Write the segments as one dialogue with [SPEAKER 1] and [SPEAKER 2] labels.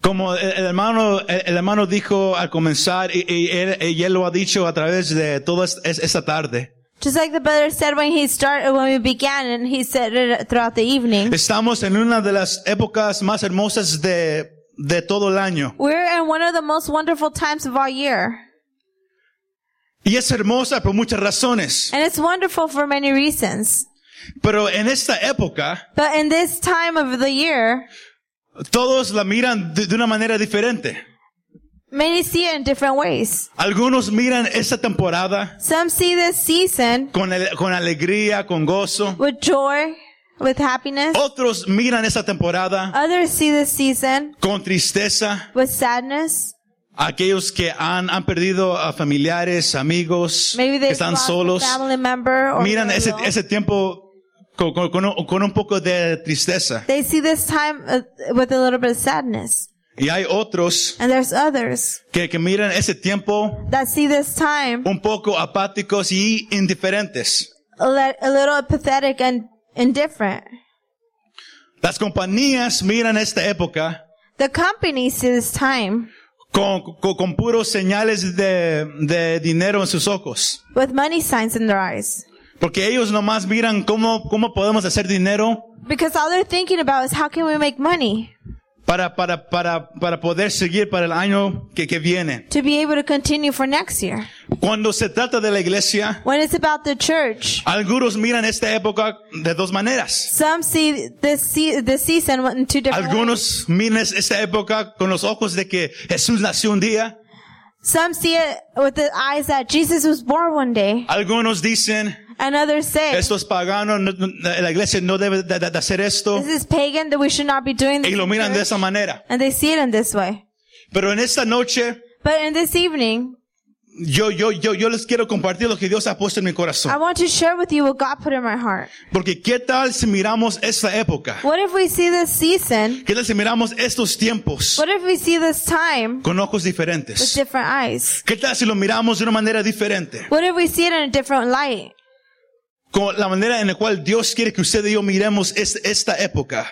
[SPEAKER 1] Como el el hermano, el el hermano dijo al comenzar, y, y él, y él lo ha dicho a través de toda es- es- esta tarde,
[SPEAKER 2] Just like the brother said when he started, when we began, and he said it throughout the evening.
[SPEAKER 1] estamos en una de las épocas más hermosas de, de todo el año.
[SPEAKER 2] We're in one of the most wonderful times of our year.
[SPEAKER 1] Y es hermosa por muchas razones.
[SPEAKER 2] And it's wonderful for many reasons.
[SPEAKER 1] Pero en esta época,
[SPEAKER 2] But in this time of the year,
[SPEAKER 1] todos la miran de, de una manera diferente.
[SPEAKER 2] many see it in different ways.
[SPEAKER 1] Algunos miran esta temporada
[SPEAKER 2] Some see this season
[SPEAKER 1] con, ale- con alegría, con gozo.
[SPEAKER 2] with joy, with happiness.
[SPEAKER 1] Otros miran esta temporada
[SPEAKER 2] Others see this season
[SPEAKER 1] con tristeza.
[SPEAKER 2] with sadness.
[SPEAKER 1] Aquellos que han, han perdido a familiares, amigos,
[SPEAKER 2] Maybe
[SPEAKER 1] que
[SPEAKER 2] they
[SPEAKER 1] están
[SPEAKER 2] lost
[SPEAKER 1] solos,
[SPEAKER 2] a family member or
[SPEAKER 1] miran
[SPEAKER 2] they're
[SPEAKER 1] ese,
[SPEAKER 2] alone.
[SPEAKER 1] ese tiempo con, con- con un- con un poco de tristeza.
[SPEAKER 2] They see this time uh, with a little bit of sadness.
[SPEAKER 1] Y hay otros
[SPEAKER 2] And there's others
[SPEAKER 1] que, que miran ese tiempo
[SPEAKER 2] that see this time
[SPEAKER 1] un poco apáticos y indiferentes.
[SPEAKER 2] a, le- a little pathetic and indifferent.
[SPEAKER 1] Las compañías miran esta época
[SPEAKER 2] The company see this time
[SPEAKER 1] con, con, con puros señales de, de dinero en sus ojos.
[SPEAKER 2] with money signs in their eyes.
[SPEAKER 1] Porque ellos nomás miran cómo, cómo podemos hacer dinero
[SPEAKER 2] Because all they're thinking about is how can we make money
[SPEAKER 1] para, para, para, para poder seguir para el año que, que viene.
[SPEAKER 2] to be able to continue for next year.
[SPEAKER 1] Cuando se trata de la iglesia,
[SPEAKER 2] When it's about the church,
[SPEAKER 1] algunos miran esta época de dos maneras.
[SPEAKER 2] some see this, se- this season in two different ways.
[SPEAKER 1] Algunos miran es- esta época con los ojos de que Jesús nació un día.
[SPEAKER 2] Some see it with the eyes that Jesus was born one day.
[SPEAKER 1] Algunos dicen,
[SPEAKER 2] And others say,
[SPEAKER 1] estos paganos, no- no- la iglesia no debe de, de- de hacer esto.
[SPEAKER 2] this is pagan that we should not be doing this.
[SPEAKER 1] Y lo
[SPEAKER 2] in
[SPEAKER 1] miran de
[SPEAKER 2] church."
[SPEAKER 1] esa manera.
[SPEAKER 2] And they see it in this way.
[SPEAKER 1] Pero en esta noche,
[SPEAKER 2] But in this evening,
[SPEAKER 1] yo, yo, yo, yo les quiero compartir lo que Dios ha puesto en mi
[SPEAKER 2] I
[SPEAKER 1] corazón.
[SPEAKER 2] want to share with you what God put in my heart.
[SPEAKER 1] Porque qué tal si miramos esta época?
[SPEAKER 2] What if we see this season?
[SPEAKER 1] ¿Qué tal si miramos estos tiempos
[SPEAKER 2] What if we see this time
[SPEAKER 1] con ojos
[SPEAKER 2] with
[SPEAKER 1] diferentes?
[SPEAKER 2] different eyes?
[SPEAKER 1] ¿Qué tal si lo miramos de una manera diferente?
[SPEAKER 2] What if we see it in a different light?
[SPEAKER 1] Con la manera en la cual Dios quiere que usted y yo miremos es- esta época.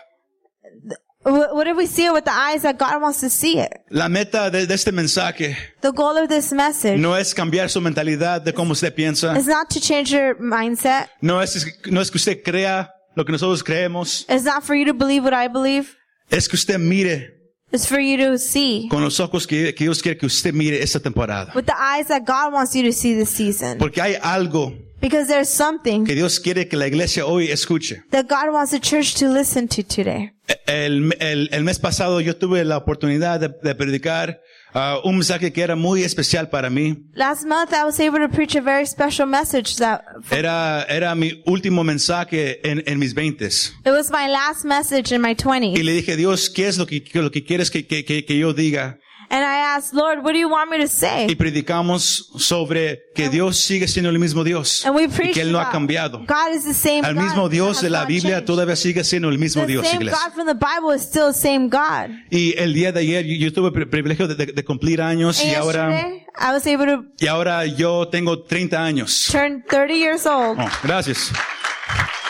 [SPEAKER 2] Wh- What if we see it with the eyes that God wants to see it?
[SPEAKER 1] La meta de, de este mensaje
[SPEAKER 2] The goal of this message
[SPEAKER 1] no es cambiar su mentalidad de cómo usted piensa.
[SPEAKER 2] is not to change your mindset.
[SPEAKER 1] No es, no es que usted crea lo que nosotros creemos.
[SPEAKER 2] It's not for you to believe what I believe.
[SPEAKER 1] Es que usted mire
[SPEAKER 2] It's for you to see
[SPEAKER 1] con los ojos que, que Dios quiere que usted mire esta temporada.
[SPEAKER 2] with the eyes that God wants you to see this season.
[SPEAKER 1] Porque hay algo
[SPEAKER 2] Because there's something
[SPEAKER 1] que Dios quiere que la iglesia hoy escuche.
[SPEAKER 2] that God wants the church to listen to today.
[SPEAKER 1] El, el- el mes pasado yo tuve la oportunidad de, de predicar ah, un mensaje que era muy especial para mí.
[SPEAKER 2] Last month, I was able to preach a very special message that
[SPEAKER 1] Era, era mi último mensaje en, en mis veintes.
[SPEAKER 2] it was my last message in my
[SPEAKER 1] Y
[SPEAKER 2] 20s.
[SPEAKER 1] le dije, Dios, ¿qué es lo que, lo que quieres que, que, que, que yo diga?
[SPEAKER 2] And I asked, Lord, what do you want me to
[SPEAKER 1] Y
[SPEAKER 2] say?
[SPEAKER 1] predicamos sobre que Dios sigue siendo el mismo Dios.
[SPEAKER 2] And we
[SPEAKER 1] Y
[SPEAKER 2] preached
[SPEAKER 1] que Él no ha
[SPEAKER 2] about
[SPEAKER 1] cambiado.
[SPEAKER 2] God is the same
[SPEAKER 1] El
[SPEAKER 2] God.
[SPEAKER 1] mismo Dios
[SPEAKER 2] has
[SPEAKER 1] de la
[SPEAKER 2] not
[SPEAKER 1] Biblia
[SPEAKER 2] changed.
[SPEAKER 1] todavía sigue siendo el mismo
[SPEAKER 2] the
[SPEAKER 1] Dios,
[SPEAKER 2] same
[SPEAKER 1] iglesia.
[SPEAKER 2] God from the Bible is still the same God.
[SPEAKER 1] Y el día de ayer yo, yo tuve el privilegio de, de- de cumplir años
[SPEAKER 2] And
[SPEAKER 1] y ahora,
[SPEAKER 2] yesterday, I was able to
[SPEAKER 1] y ahora yo tengo 30 años.
[SPEAKER 2] turn 30 years old.
[SPEAKER 1] Oh, gracias.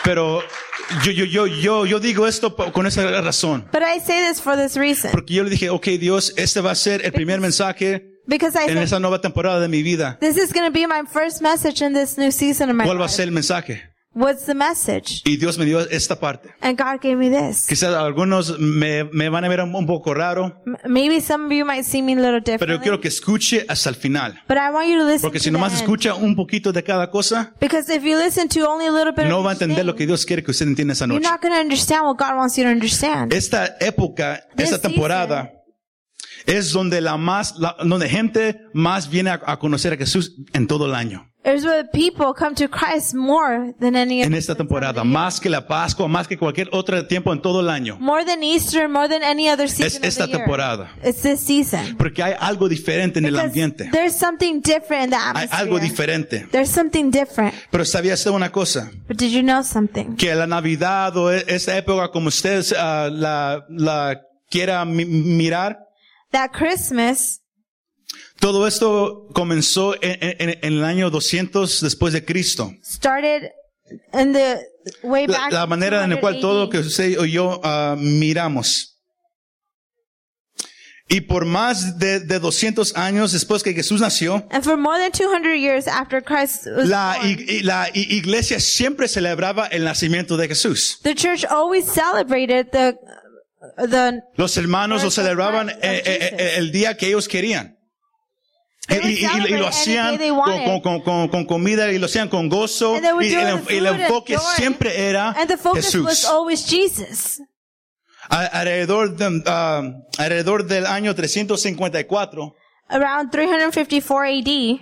[SPEAKER 1] Pero yo, yo, yo, yo, yo digo esto po- con esa razón.
[SPEAKER 2] But I say this for this reason.
[SPEAKER 1] Porque yo le dije, ok Dios, este va a ser el primer mensaje
[SPEAKER 2] Because I
[SPEAKER 1] en
[SPEAKER 2] said,
[SPEAKER 1] esa nueva temporada de mi vida.
[SPEAKER 2] this is going to be my first message in this new season of my
[SPEAKER 1] ¿Cuál va a
[SPEAKER 2] life.
[SPEAKER 1] ser el mensaje?
[SPEAKER 2] What's the message?
[SPEAKER 1] Y Dios me dio esta parte.
[SPEAKER 2] And God gave me this.
[SPEAKER 1] Quizás algunos me, me van a ver un un poco raro,
[SPEAKER 2] M- Maybe some of you might see me a little
[SPEAKER 1] pero yo quiero
[SPEAKER 2] differently.
[SPEAKER 1] que escuche hasta el final.
[SPEAKER 2] But I want you to listen
[SPEAKER 1] Porque
[SPEAKER 2] to
[SPEAKER 1] si
[SPEAKER 2] the
[SPEAKER 1] nomás
[SPEAKER 2] end.
[SPEAKER 1] escucha un poquito de cada cosa,
[SPEAKER 2] Because if you listen to only a little bit
[SPEAKER 1] no
[SPEAKER 2] of
[SPEAKER 1] va a
[SPEAKER 2] each
[SPEAKER 1] entender lo
[SPEAKER 2] thing,
[SPEAKER 1] que Dios quiere que usted entienda esa
[SPEAKER 2] you're
[SPEAKER 1] noche.
[SPEAKER 2] not going to understand what God wants you to understand.
[SPEAKER 1] Esta época,
[SPEAKER 2] This
[SPEAKER 1] esta temporada, es donde la más, la- donde gente más viene a, a conocer a Jesús en todo el año.
[SPEAKER 2] It's where people come to Christ more than any
[SPEAKER 1] En
[SPEAKER 2] other
[SPEAKER 1] esta temporada, más que la Pascua, más que cualquier otro tiempo en todo el año.
[SPEAKER 2] more than Easter, more than any other
[SPEAKER 1] Es
[SPEAKER 2] season
[SPEAKER 1] esta
[SPEAKER 2] of the year.
[SPEAKER 1] temporada.
[SPEAKER 2] It's this season.
[SPEAKER 1] Porque hay algo diferente en el
[SPEAKER 2] Because
[SPEAKER 1] ambiente.
[SPEAKER 2] There's something different in the
[SPEAKER 1] Hay
[SPEAKER 2] atmosphere.
[SPEAKER 1] algo diferente.
[SPEAKER 2] There's something different.
[SPEAKER 1] Pero sabía usted una cosa.
[SPEAKER 2] But did you know something?
[SPEAKER 1] Que la Navidad o e- esta época como usted ah, la, la quiera mi- mirar,
[SPEAKER 2] That Christmas,
[SPEAKER 1] todo esto comenzó en, en- en el año 200 después de Cristo.
[SPEAKER 2] started in the way
[SPEAKER 1] la,
[SPEAKER 2] back.
[SPEAKER 1] la manera en la cual
[SPEAKER 2] 200
[SPEAKER 1] todo lo que
[SPEAKER 2] AD.
[SPEAKER 1] usted o yo ah, miramos. Y por más de, de 200 años después que Jesús nació,
[SPEAKER 2] And for more than 200 years after Christ was
[SPEAKER 1] la,
[SPEAKER 2] born,
[SPEAKER 1] ig- y- la i- iglesia siempre celebraba el nacimiento de Jesús.
[SPEAKER 2] the church always celebrated the the
[SPEAKER 1] Los hermanos lo
[SPEAKER 2] Birth of
[SPEAKER 1] celebraban
[SPEAKER 2] Christ,
[SPEAKER 1] eh,
[SPEAKER 2] of
[SPEAKER 1] eh, eh,
[SPEAKER 2] Jesus.
[SPEAKER 1] el día que ellos querían. Y,
[SPEAKER 2] They would
[SPEAKER 1] y- y- y
[SPEAKER 2] celebrate
[SPEAKER 1] lo
[SPEAKER 2] any
[SPEAKER 1] hacían
[SPEAKER 2] day they
[SPEAKER 1] con,
[SPEAKER 2] wanted.
[SPEAKER 1] con- con- con- con comida y lo hacían con gozo.
[SPEAKER 2] And they would
[SPEAKER 1] Y
[SPEAKER 2] do
[SPEAKER 1] el,
[SPEAKER 2] it
[SPEAKER 1] enf-
[SPEAKER 2] with
[SPEAKER 1] el
[SPEAKER 2] food and
[SPEAKER 1] enfoque
[SPEAKER 2] joy.
[SPEAKER 1] siempre era
[SPEAKER 2] and the focus was
[SPEAKER 1] Jesús.
[SPEAKER 2] always Jesus.
[SPEAKER 1] A- alrededor, de, um, alrededor del año 354
[SPEAKER 2] Around 354 AD,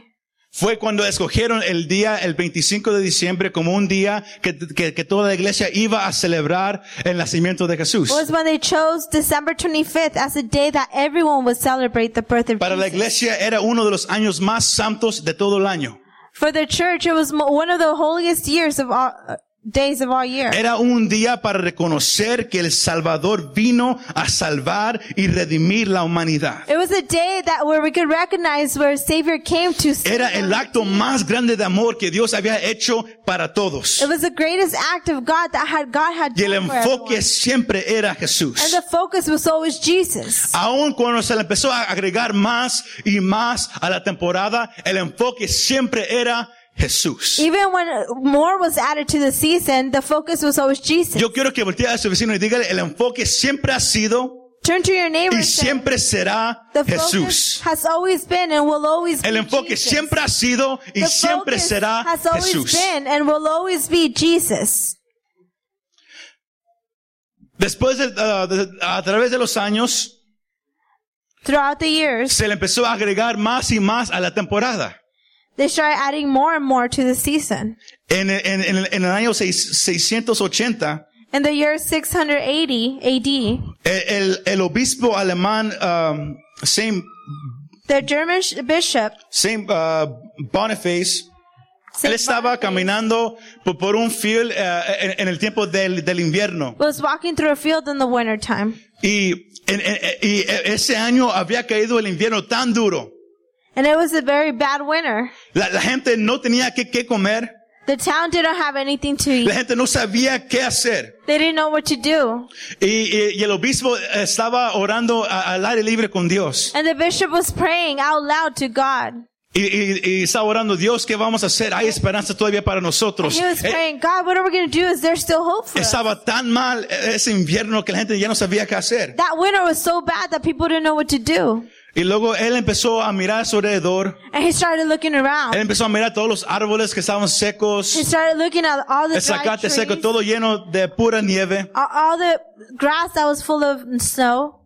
[SPEAKER 1] fue cuando escogieron el día, el 25 de diciembre, como un día que, que- que toda la iglesia iba a celebrar el nacimiento de Jesús.
[SPEAKER 2] was when they chose December 25th as a day that everyone would celebrate the birth of
[SPEAKER 1] Para la
[SPEAKER 2] Jesus.
[SPEAKER 1] iglesia era uno de los años más santos de todo el año.
[SPEAKER 2] For the church, it was mo- one of the holiest years of all uh, days of all year.
[SPEAKER 1] Era un día para reconocer que el Salvador vino a salvar y redimir la humanidad.
[SPEAKER 2] It was a day that where we could recognize where Savior came to save
[SPEAKER 1] Era
[SPEAKER 2] us.
[SPEAKER 1] el acto más grande de amor que Dios había hecho para todos.
[SPEAKER 2] It was the greatest act of God that had God had
[SPEAKER 1] Y el
[SPEAKER 2] done for everyone.
[SPEAKER 1] enfoque siempre era Jesús.
[SPEAKER 2] And the focus was always Jesus.
[SPEAKER 1] Aún cuando se le empezó a agregar más y más a la temporada, el enfoque siempre era Jesús.
[SPEAKER 2] Even when uh, more was added to the season, the focus was always Jesus.
[SPEAKER 1] Yo quiero que voltee a su vecino y dígale, el enfoque siempre ha sido
[SPEAKER 2] Turn to your neighbor
[SPEAKER 1] y
[SPEAKER 2] and say,
[SPEAKER 1] siempre será
[SPEAKER 2] The focus
[SPEAKER 1] Jesús.
[SPEAKER 2] has always been and will always
[SPEAKER 1] El
[SPEAKER 2] be
[SPEAKER 1] enfoque
[SPEAKER 2] Jesus.
[SPEAKER 1] siempre ha sido y
[SPEAKER 2] The
[SPEAKER 1] siempre
[SPEAKER 2] focus
[SPEAKER 1] será
[SPEAKER 2] has always
[SPEAKER 1] Jesús.
[SPEAKER 2] been and will always be Jesus.
[SPEAKER 1] Después, de- uh, de- a través de los años,
[SPEAKER 2] Throughout the years,
[SPEAKER 1] se le empezó a agregar más y más a la temporada.
[SPEAKER 2] they started adding more and more to the season.
[SPEAKER 1] En, en- en el- en el año seis- 680,
[SPEAKER 2] In the year 680 AD,
[SPEAKER 1] eh, el, el obispo alemán um, Saint,
[SPEAKER 2] the German sh- bishop
[SPEAKER 1] Saint, uh, Boniface, él
[SPEAKER 2] Saint
[SPEAKER 1] estaba
[SPEAKER 2] Boniface,
[SPEAKER 1] caminando por, por un field eh, en, en el tiempo del, del invierno.
[SPEAKER 2] was walking through a field in the wintertime.
[SPEAKER 1] Y, en- en- y e, ese año había caído el invierno tan duro.
[SPEAKER 2] And it was a very bad winter.
[SPEAKER 1] La, la gente no tenía que, qué comer.
[SPEAKER 2] The town didn't have anything to
[SPEAKER 1] La
[SPEAKER 2] eat.
[SPEAKER 1] gente no sabía qué hacer.
[SPEAKER 2] They didn't know what to do.
[SPEAKER 1] Y, y- y el obispo estaba orando a- al aire libre con Dios.
[SPEAKER 2] And the bishop was praying out loud to God.
[SPEAKER 1] Y, y- y estaba orando, Dios, ¿qué vamos a hacer? Hay esperanza todavía para nosotros.
[SPEAKER 2] He was
[SPEAKER 1] Eh,
[SPEAKER 2] praying, God, what are we going to do? Is there still hope for us?
[SPEAKER 1] estaba tan mal eh, ese invierno que la gente ya no sabía qué hacer.
[SPEAKER 2] That winter was so bad that people didn't know what to do.
[SPEAKER 1] Y luego él empezó a mirar a su alrededor.
[SPEAKER 2] And he started looking
[SPEAKER 1] Él
[SPEAKER 2] around.
[SPEAKER 1] empezó a mirar todos los árboles que estaban
[SPEAKER 2] He
[SPEAKER 1] secos.
[SPEAKER 2] started looking at all the
[SPEAKER 1] El
[SPEAKER 2] dry
[SPEAKER 1] zacate
[SPEAKER 2] trees,
[SPEAKER 1] seco, todo lleno de pura nieve.
[SPEAKER 2] all- all the grass that was full of snow.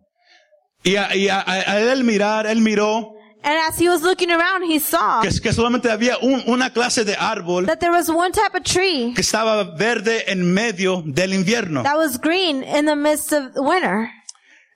[SPEAKER 1] Y, a, y a- a- a él mirar, él miró
[SPEAKER 2] And as he was looking around, he saw
[SPEAKER 1] que, que solamente había un- una clase de árbol
[SPEAKER 2] that there was one type of tree
[SPEAKER 1] que estaba verde en medio del invierno.
[SPEAKER 2] that was green in the midst of winter.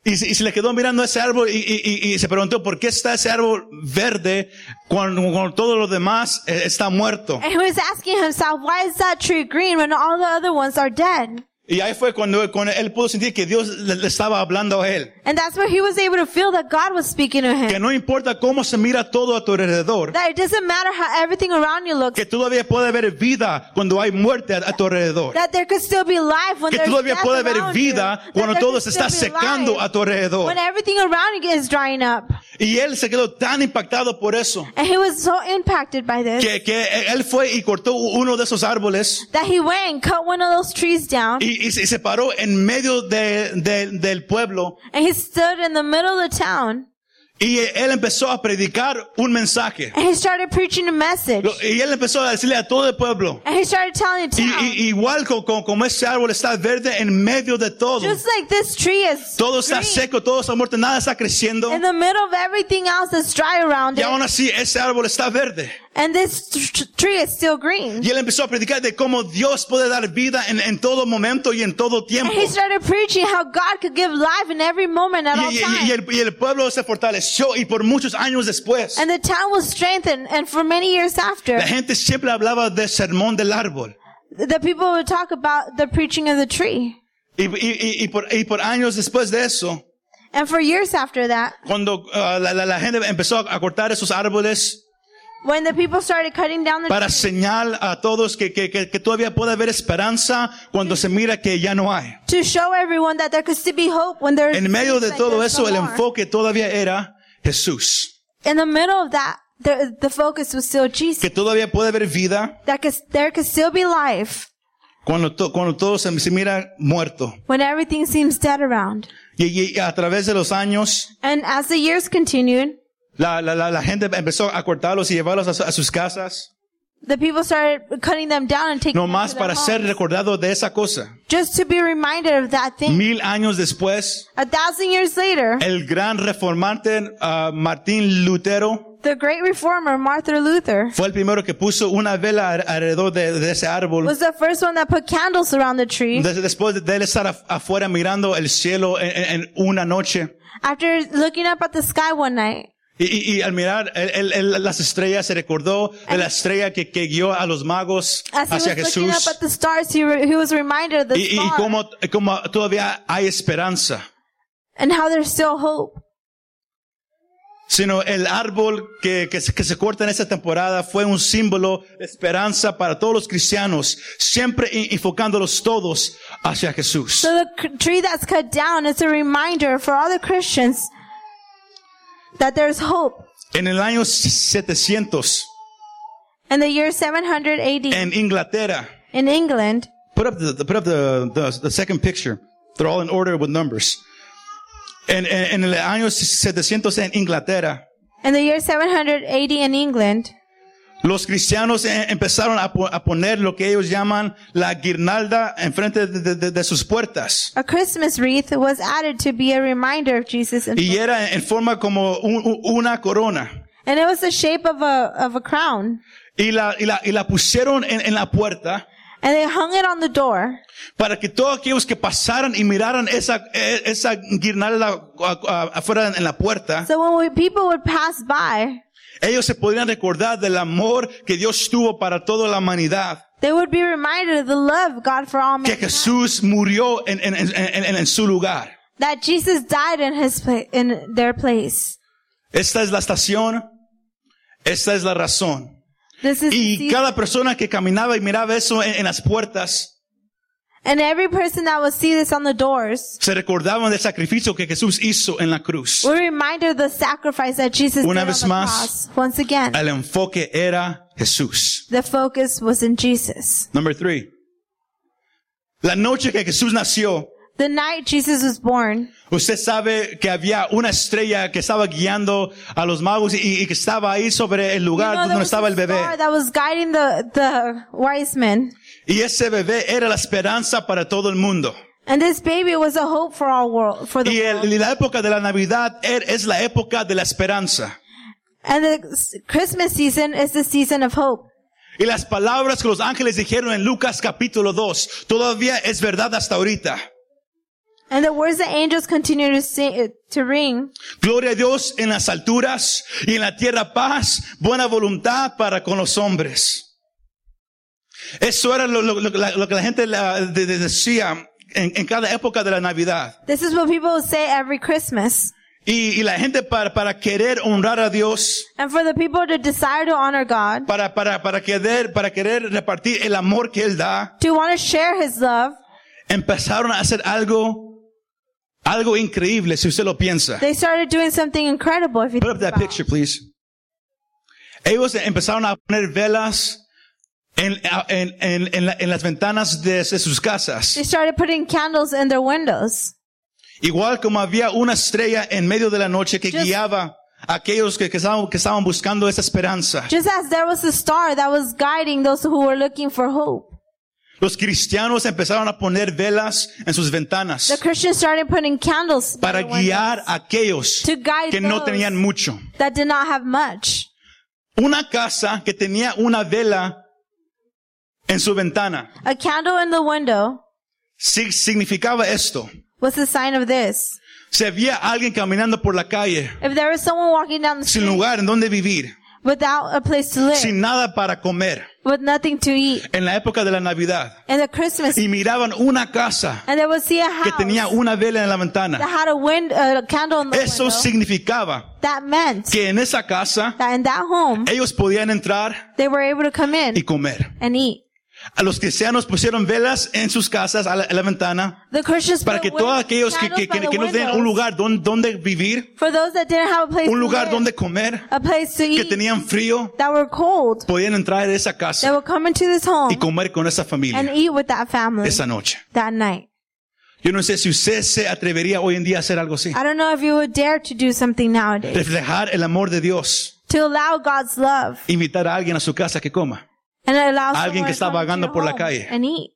[SPEAKER 1] Y, se- y se le quedó mirando ese árbol y, y- y- y se preguntó por qué está ese árbol verde cuando, cuando todo lo demás eh, está muerto.
[SPEAKER 2] And he was asking himself, why is that tree green when all the other ones are dead?
[SPEAKER 1] Y ahí fue cuando, cuando él pudo sentir que Dios le, le estaba hablando a él.
[SPEAKER 2] And that's where he was able to feel that God was speaking to
[SPEAKER 1] Que
[SPEAKER 2] him.
[SPEAKER 1] no importa cómo se mira todo a tu alrededor,
[SPEAKER 2] That it doesn't matter how everything around you looks.
[SPEAKER 1] que todavía puede haber vida cuando hay muerte a, a tu alrededor.
[SPEAKER 2] That there could still be life when
[SPEAKER 1] Que
[SPEAKER 2] there's
[SPEAKER 1] todavía
[SPEAKER 2] death
[SPEAKER 1] puede haber
[SPEAKER 2] around
[SPEAKER 1] vida
[SPEAKER 2] you. That
[SPEAKER 1] cuando
[SPEAKER 2] there
[SPEAKER 1] todo
[SPEAKER 2] could
[SPEAKER 1] se
[SPEAKER 2] still
[SPEAKER 1] está
[SPEAKER 2] be
[SPEAKER 1] secando
[SPEAKER 2] life
[SPEAKER 1] a tu alrededor.
[SPEAKER 2] When everything around you is drying up.
[SPEAKER 1] Y él se quedó tan impactado por eso
[SPEAKER 2] And he was so impacted by this
[SPEAKER 1] que, que él fue y cortó uno de esos árboles
[SPEAKER 2] that he went and cut one of those trees down
[SPEAKER 1] y, y se se paró en medio de- de- del pueblo
[SPEAKER 2] and he stood in the middle of the town
[SPEAKER 1] Y él empezó a predicar un mensaje.
[SPEAKER 2] and he started preaching a message.
[SPEAKER 1] Lo- Y él empezó a decirle a todo el pueblo.
[SPEAKER 2] And he started telling the
[SPEAKER 1] Y,
[SPEAKER 2] town,
[SPEAKER 1] y- igual co- co- como, ese árbol está verde en medio de todo.
[SPEAKER 2] just like this tree is
[SPEAKER 1] Todo está
[SPEAKER 2] green,
[SPEAKER 1] seco, todo está muerto, nada está creciendo.
[SPEAKER 2] in the middle of everything else that's dry around
[SPEAKER 1] Y
[SPEAKER 2] it,
[SPEAKER 1] aún así ese árbol está verde.
[SPEAKER 2] and this tr- tr- tree is still green.
[SPEAKER 1] Y él empezó a predicar de cómo Dios puede dar vida en, en todo momento y en todo tiempo.
[SPEAKER 2] And he
[SPEAKER 1] Y,
[SPEAKER 2] started preaching how God could give life in every moment at all
[SPEAKER 1] y- y- y
[SPEAKER 2] times.
[SPEAKER 1] el, y el pueblo se fortaleció y por muchos años después.
[SPEAKER 2] And the town was strengthened, and for many years after,
[SPEAKER 1] La gente siempre hablaba del sermón del árbol.
[SPEAKER 2] the people would talk about the preaching of the tree.
[SPEAKER 1] Y, y- y- y por- y por años después de eso, ah,
[SPEAKER 2] And for years after that,
[SPEAKER 1] cuando uh, la, la- la gente empezó a cortar esos árboles
[SPEAKER 2] when the people started cutting down the
[SPEAKER 1] para señal a todos que, que, que, que todavía puede haber esperanza cuando se mira que ya no hay.
[SPEAKER 2] to show everyone that there could still be hope when there's
[SPEAKER 1] En medio de
[SPEAKER 2] like
[SPEAKER 1] todo
[SPEAKER 2] there's
[SPEAKER 1] eso,
[SPEAKER 2] no
[SPEAKER 1] el
[SPEAKER 2] more.
[SPEAKER 1] enfoque todavía era Jesús.
[SPEAKER 2] in the middle of that the, the focus was still Jesus
[SPEAKER 1] Que todavía puede haber vida
[SPEAKER 2] that could, there could still be life
[SPEAKER 1] cuando, to- cuando todo se, se mira muerto.
[SPEAKER 2] when everything seems dead around
[SPEAKER 1] Y, y a través de los años,
[SPEAKER 2] and as the years continued
[SPEAKER 1] la, la, la, la gente empezó a cortarlos y llevarlos a, su- a sus casas,
[SPEAKER 2] the people started cutting them down and taking
[SPEAKER 1] nomás
[SPEAKER 2] them to their
[SPEAKER 1] para ser
[SPEAKER 2] homes,
[SPEAKER 1] recordados de esa cosa.
[SPEAKER 2] just to be reminded of that thing
[SPEAKER 1] Mil años después,
[SPEAKER 2] a thousand years later
[SPEAKER 1] el gran reformante ah, Martín Lutero
[SPEAKER 2] the great reformer Martin Luther
[SPEAKER 1] fue el primero que puso una vela al- alrededor de, de ese árbol.
[SPEAKER 2] was the first one that put candles around the tree
[SPEAKER 1] Des- Después de él estar af- afuera mirando el cielo en, en- en una noche.
[SPEAKER 2] after looking up at the sky one night
[SPEAKER 1] Y, y- y al mirar él- él- él las estrellas, se recordó de la estrella que, que guió a los magos
[SPEAKER 2] As he
[SPEAKER 1] hacia
[SPEAKER 2] was looking up
[SPEAKER 1] Jesús.
[SPEAKER 2] at the stars, he, re- he was reminded of the
[SPEAKER 1] Y, y, y
[SPEAKER 2] star
[SPEAKER 1] cómo, cómo todavía hay esperanza.
[SPEAKER 2] and how there's still hope.
[SPEAKER 1] Sino el árbol que, que, se- que se corta en esta temporada fue un símbolo de esperanza para todos los cristianos, siempre en- enfocándolos todos hacia Jesús.
[SPEAKER 2] So the c- tree that's cut down is a reminder for all the Christians that there's hope.
[SPEAKER 1] En el año 700,
[SPEAKER 2] In the year 700 AD
[SPEAKER 1] en Inglaterra,
[SPEAKER 2] in England,
[SPEAKER 1] Put up the, the put up the, the the second picture. They're all in order with numbers. En, en, en el año 700 en Inglaterra,
[SPEAKER 2] in the year 700 AD in England,
[SPEAKER 1] los cristianos eh, empezaron a, po- a poner lo que ellos llaman la guirnalda enfrente de, de- de- de sus puertas.
[SPEAKER 2] a Christmas wreath was added to be a reminder of Jesus, and,
[SPEAKER 1] Y era en forma como un- un- una corona.
[SPEAKER 2] and it was the shape of a of a crown,
[SPEAKER 1] Y la, y la, y la pusieron en, en la puerta
[SPEAKER 2] and they hung it on the door
[SPEAKER 1] para que todos aquellos que pasaran y miraran esa, eh, esa guirnalda ah, ah, afuera en la puerta,
[SPEAKER 2] so when we, people would pass by,
[SPEAKER 1] Ellos se podrían recordar del amor que Dios tuvo para toda la humanidad.
[SPEAKER 2] They would be reminded of the love of God for all
[SPEAKER 1] Que
[SPEAKER 2] men.
[SPEAKER 1] Jesús murió en, en, en, en- en su lugar.
[SPEAKER 2] That Jesus died in his pla- in their place.
[SPEAKER 1] Esta es la estación. Esta es la razón.
[SPEAKER 2] This is the
[SPEAKER 1] Y
[SPEAKER 2] season.
[SPEAKER 1] cada persona que caminaba y miraba eso en, en las puertas,
[SPEAKER 2] and every person that will see this on the doors
[SPEAKER 1] se recordaban del sacrificio que Jesús hizo en la cruz.
[SPEAKER 2] will remind of the sacrifice that Jesus
[SPEAKER 1] Una
[SPEAKER 2] did
[SPEAKER 1] vez
[SPEAKER 2] on the
[SPEAKER 1] más.
[SPEAKER 2] cross. Once again,
[SPEAKER 1] El enfoque era Jesús.
[SPEAKER 2] the focus was in Jesus.
[SPEAKER 1] Number three. La noche que Jesús nació,
[SPEAKER 2] The night Jesus was born,
[SPEAKER 1] Usted sabe que había una estrella que estaba guiando a los magos y, y que estaba ahí sobre el
[SPEAKER 2] you
[SPEAKER 1] lugar
[SPEAKER 2] know, there
[SPEAKER 1] donde
[SPEAKER 2] was
[SPEAKER 1] estaba el
[SPEAKER 2] a
[SPEAKER 1] bebé.
[SPEAKER 2] star that was guiding the the wise men,
[SPEAKER 1] Y ese bebé era la esperanza para todo el mundo.
[SPEAKER 2] and this baby was a hope for all world for the
[SPEAKER 1] Y, el-
[SPEAKER 2] world.
[SPEAKER 1] y la época de la Navidad er- es la época de la esperanza.
[SPEAKER 2] And the s- Christmas season is the season of hope.
[SPEAKER 1] Y las palabras que los ángeles dijeron en Lucas capítulo 2 todavía es verdad hasta ahorita.
[SPEAKER 2] And the words the angels continue to sing, to ring.
[SPEAKER 1] Gloria a Dios en las alturas y en la tierra paz, buena voluntad para con los hombres. Eso era lo, lo- lo- la- lo que la gente la- de- de- decía en, en cada época de la Navidad.
[SPEAKER 2] This is what people say every Christmas.
[SPEAKER 1] Y, y la gente para, para querer honrar a Dios,
[SPEAKER 2] And for the people to desire to honor God,
[SPEAKER 1] para, para, para, querer, para querer repartir el amor que Él da,
[SPEAKER 2] to want to share His love,
[SPEAKER 1] empezaron a hacer algo, algo increíble si usted lo piensa.
[SPEAKER 2] they started doing something incredible. If you
[SPEAKER 1] Put
[SPEAKER 2] think
[SPEAKER 1] up that
[SPEAKER 2] about it.
[SPEAKER 1] picture, please. Ellos empezaron a poner velas en, en, en, en la- en las ventanas de, de sus
[SPEAKER 2] They
[SPEAKER 1] casas.
[SPEAKER 2] started putting candles in their windows,
[SPEAKER 1] Igual como había una estrella en medio de la noche que
[SPEAKER 2] Just-
[SPEAKER 1] guiaba a aquellos que, que, estaban, que estaban buscando esa esperanza.
[SPEAKER 2] just as there was a star that was guiding those who were looking for hope.
[SPEAKER 1] Los cristianos empezaron a poner velas en sus
[SPEAKER 2] The
[SPEAKER 1] ventanas
[SPEAKER 2] Christians started putting candles in
[SPEAKER 1] para
[SPEAKER 2] their windows
[SPEAKER 1] guiar a aquellos
[SPEAKER 2] To guide
[SPEAKER 1] que no
[SPEAKER 2] those.
[SPEAKER 1] tenían mucho.
[SPEAKER 2] that did not have much.
[SPEAKER 1] Una casa que tenía una vela en su ventana
[SPEAKER 2] A candle in the window
[SPEAKER 1] sig- significaba esto.
[SPEAKER 2] was a sign of this.
[SPEAKER 1] Si había alguien caminando por la calle
[SPEAKER 2] If there was someone walking down the
[SPEAKER 1] sin
[SPEAKER 2] street
[SPEAKER 1] lugar en donde vivir,
[SPEAKER 2] without a place to live,
[SPEAKER 1] sin nada para comer,
[SPEAKER 2] with nothing to eat.
[SPEAKER 1] en la época de la Navidad.
[SPEAKER 2] In the Christmas,
[SPEAKER 1] Y miraban una casa
[SPEAKER 2] and they would see a
[SPEAKER 1] que
[SPEAKER 2] house
[SPEAKER 1] tenía una vela en la
[SPEAKER 2] that
[SPEAKER 1] ventana.
[SPEAKER 2] had a wind, a candle in the
[SPEAKER 1] Eso
[SPEAKER 2] window.
[SPEAKER 1] significaba
[SPEAKER 2] That meant
[SPEAKER 1] que en esa casa
[SPEAKER 2] that in that home,
[SPEAKER 1] ellos podían entrar
[SPEAKER 2] they were able to come in
[SPEAKER 1] y comer.
[SPEAKER 2] and eat.
[SPEAKER 1] A los cristianos pusieron velas en sus casas, a la, a la ventana,
[SPEAKER 2] The Christians
[SPEAKER 1] para que
[SPEAKER 2] put win-
[SPEAKER 1] todos aquellos que, que,
[SPEAKER 2] candles by
[SPEAKER 1] que-
[SPEAKER 2] the
[SPEAKER 1] que no tenían un
[SPEAKER 2] windows.
[SPEAKER 1] lugar don- donde vivir,
[SPEAKER 2] For those that didn't have a place
[SPEAKER 1] un
[SPEAKER 2] to
[SPEAKER 1] lugar
[SPEAKER 2] live,
[SPEAKER 1] donde comer,
[SPEAKER 2] a place to
[SPEAKER 1] que
[SPEAKER 2] eat,
[SPEAKER 1] tenían frío,
[SPEAKER 2] that were cold,
[SPEAKER 1] podían entrar a esa
[SPEAKER 2] they
[SPEAKER 1] casa
[SPEAKER 2] would come into this home
[SPEAKER 1] y comer con esa
[SPEAKER 2] and
[SPEAKER 1] familia
[SPEAKER 2] eat with that family
[SPEAKER 1] esa noche.
[SPEAKER 2] that night.
[SPEAKER 1] Yo no sé si usted se atrevería hoy en día a hacer algo así.
[SPEAKER 2] I don't know if you would dare to do something nowadays
[SPEAKER 1] Reflejar el amor de Dios.
[SPEAKER 2] to allow God's love
[SPEAKER 1] Invitar a alguien a su casa que coma.
[SPEAKER 2] and allow
[SPEAKER 1] Alguien que
[SPEAKER 2] someone to
[SPEAKER 1] está
[SPEAKER 2] come into
[SPEAKER 1] vagando
[SPEAKER 2] your
[SPEAKER 1] por la
[SPEAKER 2] home
[SPEAKER 1] calle.
[SPEAKER 2] and eat.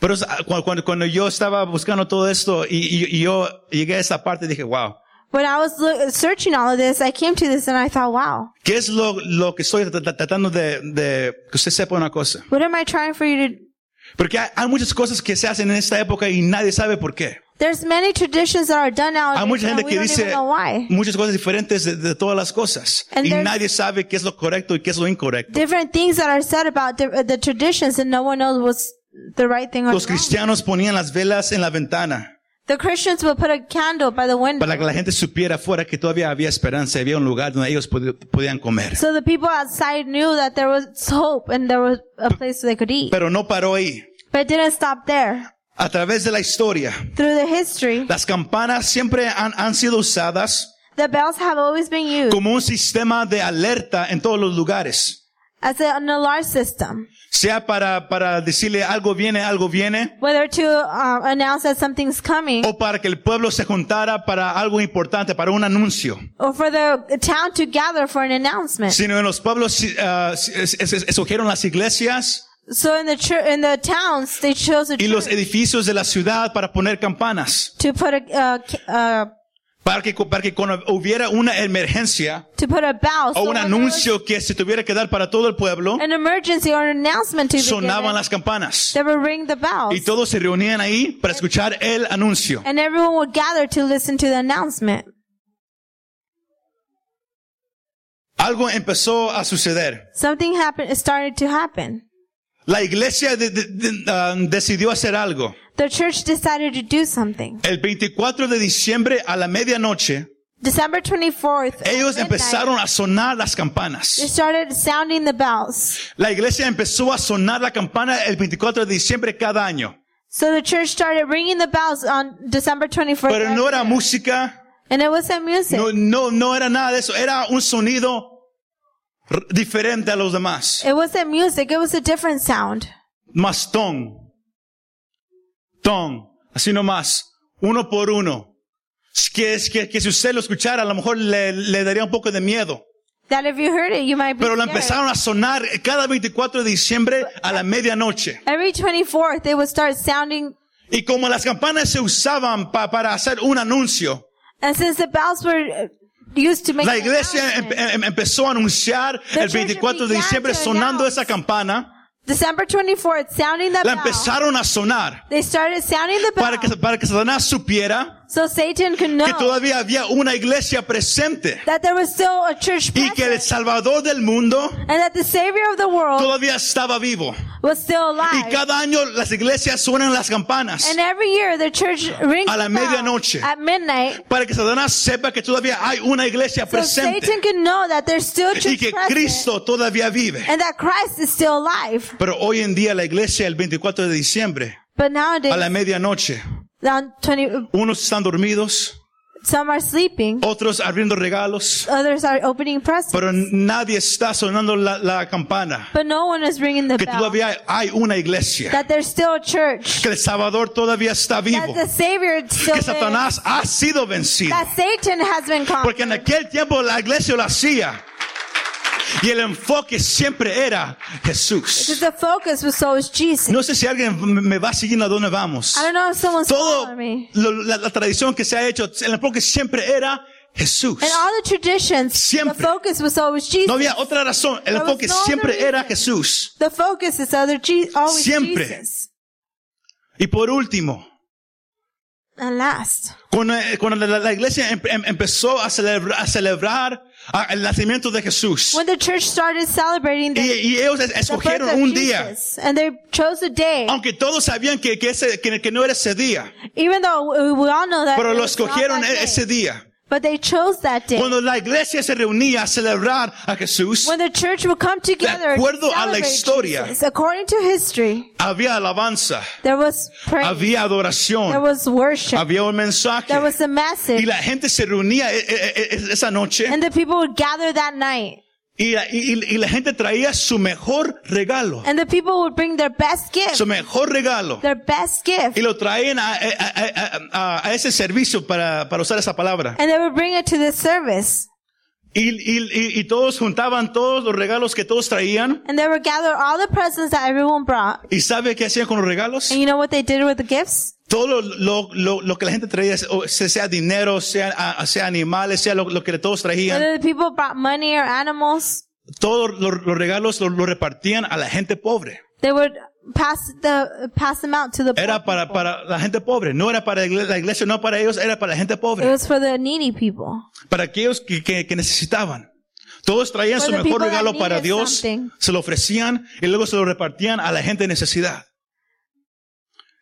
[SPEAKER 1] Pero es- ah, cu- cuando, cuando yo estaba buscando todo esto y, y- y yo llegué a esa parte dije, wow,
[SPEAKER 2] When I was look, searching all of this, I came to this and I thought, wow,
[SPEAKER 1] ¿qué es lo, lo que estoy tra- tra- tratando de, de que usted sepa una cosa?
[SPEAKER 2] what am I trying for you to?
[SPEAKER 1] Porque hay, hay muchas cosas que se hacen en esta época y nadie sabe por qué.
[SPEAKER 2] There's many traditions that are done
[SPEAKER 1] Hay
[SPEAKER 2] nowadays
[SPEAKER 1] mucha
[SPEAKER 2] and
[SPEAKER 1] gente
[SPEAKER 2] we
[SPEAKER 1] que
[SPEAKER 2] don't even
[SPEAKER 1] dice
[SPEAKER 2] know why.
[SPEAKER 1] muchas cosas diferentes de, de todas las cosas
[SPEAKER 2] And
[SPEAKER 1] y
[SPEAKER 2] there's-
[SPEAKER 1] nadie sabe qué es lo correcto y qué es lo incorrecto.
[SPEAKER 2] Different things that are said about the, the traditions and no one knows what's the right thing or
[SPEAKER 1] Los
[SPEAKER 2] the wrong.
[SPEAKER 1] cristianos ponían las velas en la ventana
[SPEAKER 2] The Christians would put a candle by the window
[SPEAKER 1] para que la gente supiera afuera que todavía había esperanza, había un lugar donde ellos pod- podían comer.
[SPEAKER 2] so the people outside knew that there was hope and there was a place they could eat.
[SPEAKER 1] Pero no paró ahí.
[SPEAKER 2] But it didn't stop there.
[SPEAKER 1] A través de la historia,
[SPEAKER 2] Through the history,
[SPEAKER 1] las campanas siempre han, han sido usadas
[SPEAKER 2] the bells have always been used
[SPEAKER 1] como un sistema de alerta en todos los lugares.
[SPEAKER 2] as an alarm system,
[SPEAKER 1] Sea para, para decirle algo viene, algo viene,
[SPEAKER 2] whether to uh, announce that something's coming
[SPEAKER 1] o para que el pueblo se juntara para algo importante, para un anuncio.
[SPEAKER 2] or for the town to gather for an announcement.
[SPEAKER 1] Sino en los pueblos ah, es- es- es- escogieron las iglesias
[SPEAKER 2] So in the chur- in the towns, they chose a
[SPEAKER 1] y los
[SPEAKER 2] church
[SPEAKER 1] edificios de la ciudad para poner campanas.
[SPEAKER 2] to put a uh, ca- uh,
[SPEAKER 1] Para que, para que cuando hubiera una emergencia,
[SPEAKER 2] to put a bell.
[SPEAKER 1] o
[SPEAKER 2] So
[SPEAKER 1] un
[SPEAKER 2] when there was
[SPEAKER 1] anuncio que se tuviera que dar para todo el pueblo,
[SPEAKER 2] an emergency or an announcement to be
[SPEAKER 1] sonaban
[SPEAKER 2] given,
[SPEAKER 1] las campanas.
[SPEAKER 2] they would ring the bells.
[SPEAKER 1] Y todos se reunían ahí para escuchar el anuncio.
[SPEAKER 2] and everyone would gather to listen to the announcement.
[SPEAKER 1] Algo empezó a suceder.
[SPEAKER 2] Something happened, it started to happen.
[SPEAKER 1] La iglesia de- de- de- ah, decidió hacer algo.
[SPEAKER 2] The church decided to do something.
[SPEAKER 1] El 24 de diciembre a la medianoche,
[SPEAKER 2] December 24th, at
[SPEAKER 1] ellos
[SPEAKER 2] midnight,
[SPEAKER 1] empezaron a sonar las
[SPEAKER 2] they
[SPEAKER 1] campanas.
[SPEAKER 2] started sounding the bells.
[SPEAKER 1] La iglesia empezó a sonar la campana el 24 de diciembre cada año.
[SPEAKER 2] So the church started ringing the bells on December 24th.
[SPEAKER 1] Pero no era música,
[SPEAKER 2] and it wasn't music.
[SPEAKER 1] no, no, no era nada de eso. Era un sonido r- diferente a los demás.
[SPEAKER 2] It wasn't music, it was a different sound.
[SPEAKER 1] más ton. Ton. Así nomás. Uno por uno. Es Que, es que, que si usted lo escuchara, a lo mejor le, le daría un poco de miedo.
[SPEAKER 2] That if you heard it, you might be
[SPEAKER 1] Pero lo
[SPEAKER 2] scared.
[SPEAKER 1] empezaron a sonar cada 24 de diciembre a la medianoche.
[SPEAKER 2] Every 24th, they would start sounding,
[SPEAKER 1] Y como las campanas se usaban pa- para hacer un anuncio,
[SPEAKER 2] and since the bells were uh, used to make
[SPEAKER 1] la
[SPEAKER 2] an
[SPEAKER 1] iglesia em-
[SPEAKER 2] announcement,
[SPEAKER 1] em- empezó a anunciar el 24 de diciembre sonando esa campana.
[SPEAKER 2] December 24th, sounding the
[SPEAKER 1] La
[SPEAKER 2] bell.
[SPEAKER 1] empezaron a sonar
[SPEAKER 2] They started sounding the bell
[SPEAKER 1] para que, para que Satanás supiera
[SPEAKER 2] so Satan could know
[SPEAKER 1] que todavía había una iglesia presente.
[SPEAKER 2] that there was still a church
[SPEAKER 1] y
[SPEAKER 2] present
[SPEAKER 1] que el Salvador del mundo
[SPEAKER 2] and that the Savior of the world
[SPEAKER 1] todavía estaba vivo.
[SPEAKER 2] was still
[SPEAKER 1] Y
[SPEAKER 2] alive.
[SPEAKER 1] cada año las iglesias suenan las campanas
[SPEAKER 2] And every year the church rings
[SPEAKER 1] A la
[SPEAKER 2] the bell
[SPEAKER 1] medianoche.
[SPEAKER 2] at midnight
[SPEAKER 1] para que Satanás sepa que todavía hay una iglesia
[SPEAKER 2] so Satan
[SPEAKER 1] presente
[SPEAKER 2] could know that there's still a
[SPEAKER 1] y
[SPEAKER 2] church
[SPEAKER 1] que
[SPEAKER 2] present
[SPEAKER 1] Cristo todavía vive.
[SPEAKER 2] and that Christ is still alive.
[SPEAKER 1] Pero hoy en día la iglesia el 24 de diciembre
[SPEAKER 2] But
[SPEAKER 1] a la
[SPEAKER 2] nowadays,
[SPEAKER 1] medianoche,
[SPEAKER 2] on 20,
[SPEAKER 1] unos están dormidos,
[SPEAKER 2] some are sleeping,
[SPEAKER 1] otros abriendo regalos,
[SPEAKER 2] others are opening presents,
[SPEAKER 1] pero nadie está sonando la, la campana
[SPEAKER 2] but no one is ringing the
[SPEAKER 1] que
[SPEAKER 2] bell
[SPEAKER 1] todavía hay una iglesia,
[SPEAKER 2] that there's still a church,
[SPEAKER 1] que el Salvador todavía está vivo,
[SPEAKER 2] that the Savior still
[SPEAKER 1] que
[SPEAKER 2] lives,
[SPEAKER 1] Satanás ha sido vencido.
[SPEAKER 2] that Satan has been conquered.
[SPEAKER 1] Porque en aquel tiempo la iglesia lo hacía. Y el enfoque siempre era
[SPEAKER 2] Because
[SPEAKER 1] Jesús.
[SPEAKER 2] the focus was always Jesus.
[SPEAKER 1] No sé si alguien m- me va siguiendo a dónde vamos.
[SPEAKER 2] I don't know if someone's
[SPEAKER 1] Todo
[SPEAKER 2] following me.
[SPEAKER 1] lo- la, la tradición que se ha hecho, el enfoque siempre era Jesús.
[SPEAKER 2] And all the traditions,
[SPEAKER 1] Siempre.
[SPEAKER 2] the focus was always Jesus.
[SPEAKER 1] No había otra razón. El
[SPEAKER 2] There was
[SPEAKER 1] enfoque
[SPEAKER 2] no other
[SPEAKER 1] siempre era
[SPEAKER 2] reason.
[SPEAKER 1] Jesús.
[SPEAKER 2] the focus is other Je- always
[SPEAKER 1] Siempre.
[SPEAKER 2] Jesus.
[SPEAKER 1] Y por último,
[SPEAKER 2] And last,
[SPEAKER 1] Cuando, eh, cuando la, la iglesia em- em- empezó a, celebra- a celebrar ah, el nacimiento de Jesús,
[SPEAKER 2] when the church started celebrating
[SPEAKER 1] y,
[SPEAKER 2] the,
[SPEAKER 1] y ellos es-
[SPEAKER 2] the birth
[SPEAKER 1] escogieron
[SPEAKER 2] of
[SPEAKER 1] un día, Um,
[SPEAKER 2] Jesus, and they chose a day,
[SPEAKER 1] aunque todos sabían que, que, ese- que- que no era ese día,
[SPEAKER 2] even though we, we all know that,
[SPEAKER 1] pero
[SPEAKER 2] it
[SPEAKER 1] lo
[SPEAKER 2] was not
[SPEAKER 1] escogieron
[SPEAKER 2] that
[SPEAKER 1] e-
[SPEAKER 2] day,
[SPEAKER 1] ese día.
[SPEAKER 2] but they chose that day.
[SPEAKER 1] Cuando la iglesia se reunía a celebrar a Jesús,
[SPEAKER 2] When the church would come together, to
[SPEAKER 1] acuerdo a la
[SPEAKER 2] celebrate
[SPEAKER 1] historia.
[SPEAKER 2] Jesus, according to history,
[SPEAKER 1] había alabanza,
[SPEAKER 2] there was praise,
[SPEAKER 1] había
[SPEAKER 2] there
[SPEAKER 1] adoración,
[SPEAKER 2] was worship,
[SPEAKER 1] había un mensaje.
[SPEAKER 2] there was a
[SPEAKER 1] Y
[SPEAKER 2] message,
[SPEAKER 1] la gente se reunía e- e- e- esa noche
[SPEAKER 2] and the people would gather that night,
[SPEAKER 1] y, la- y- y- y la gente traía su mejor regalo,
[SPEAKER 2] and the people would bring their best gift,
[SPEAKER 1] su mejor regalo.
[SPEAKER 2] their best gift,
[SPEAKER 1] Y lo traían a, a- a- a- a- a ese servicio para, para usar esa palabra.
[SPEAKER 2] and they would bring it to the service.
[SPEAKER 1] Y, y- y- y todos juntaban todos los regalos que todos traían.
[SPEAKER 2] And they would gather all the presents that everyone brought.
[SPEAKER 1] ¿Y sabe qué hacían con los regalos?
[SPEAKER 2] And you know what they did with the gifts?
[SPEAKER 1] Todo lo, lo, lo- lo que la gente traía, o sea, sea dinero, sea, a- sea animales, sea lo, lo que todos traían,
[SPEAKER 2] Whether the people brought money or animals,
[SPEAKER 1] todos los, los regalos los los repartían a la gente pobre.
[SPEAKER 2] they would pass the pass them out to the poor
[SPEAKER 1] Era para,
[SPEAKER 2] people.
[SPEAKER 1] para la gente pobre, no era para la igle- la iglesia, no para ellos, era para la gente
[SPEAKER 2] It
[SPEAKER 1] pobre,
[SPEAKER 2] was for the needy people.
[SPEAKER 1] para aquellos que, que, que necesitaban. Todos traían
[SPEAKER 2] For
[SPEAKER 1] su
[SPEAKER 2] the
[SPEAKER 1] mejor
[SPEAKER 2] people that
[SPEAKER 1] regalo para
[SPEAKER 2] needed
[SPEAKER 1] Dios,
[SPEAKER 2] something.
[SPEAKER 1] se lo ofrecían y luego se lo repartían a la gente de necesidad.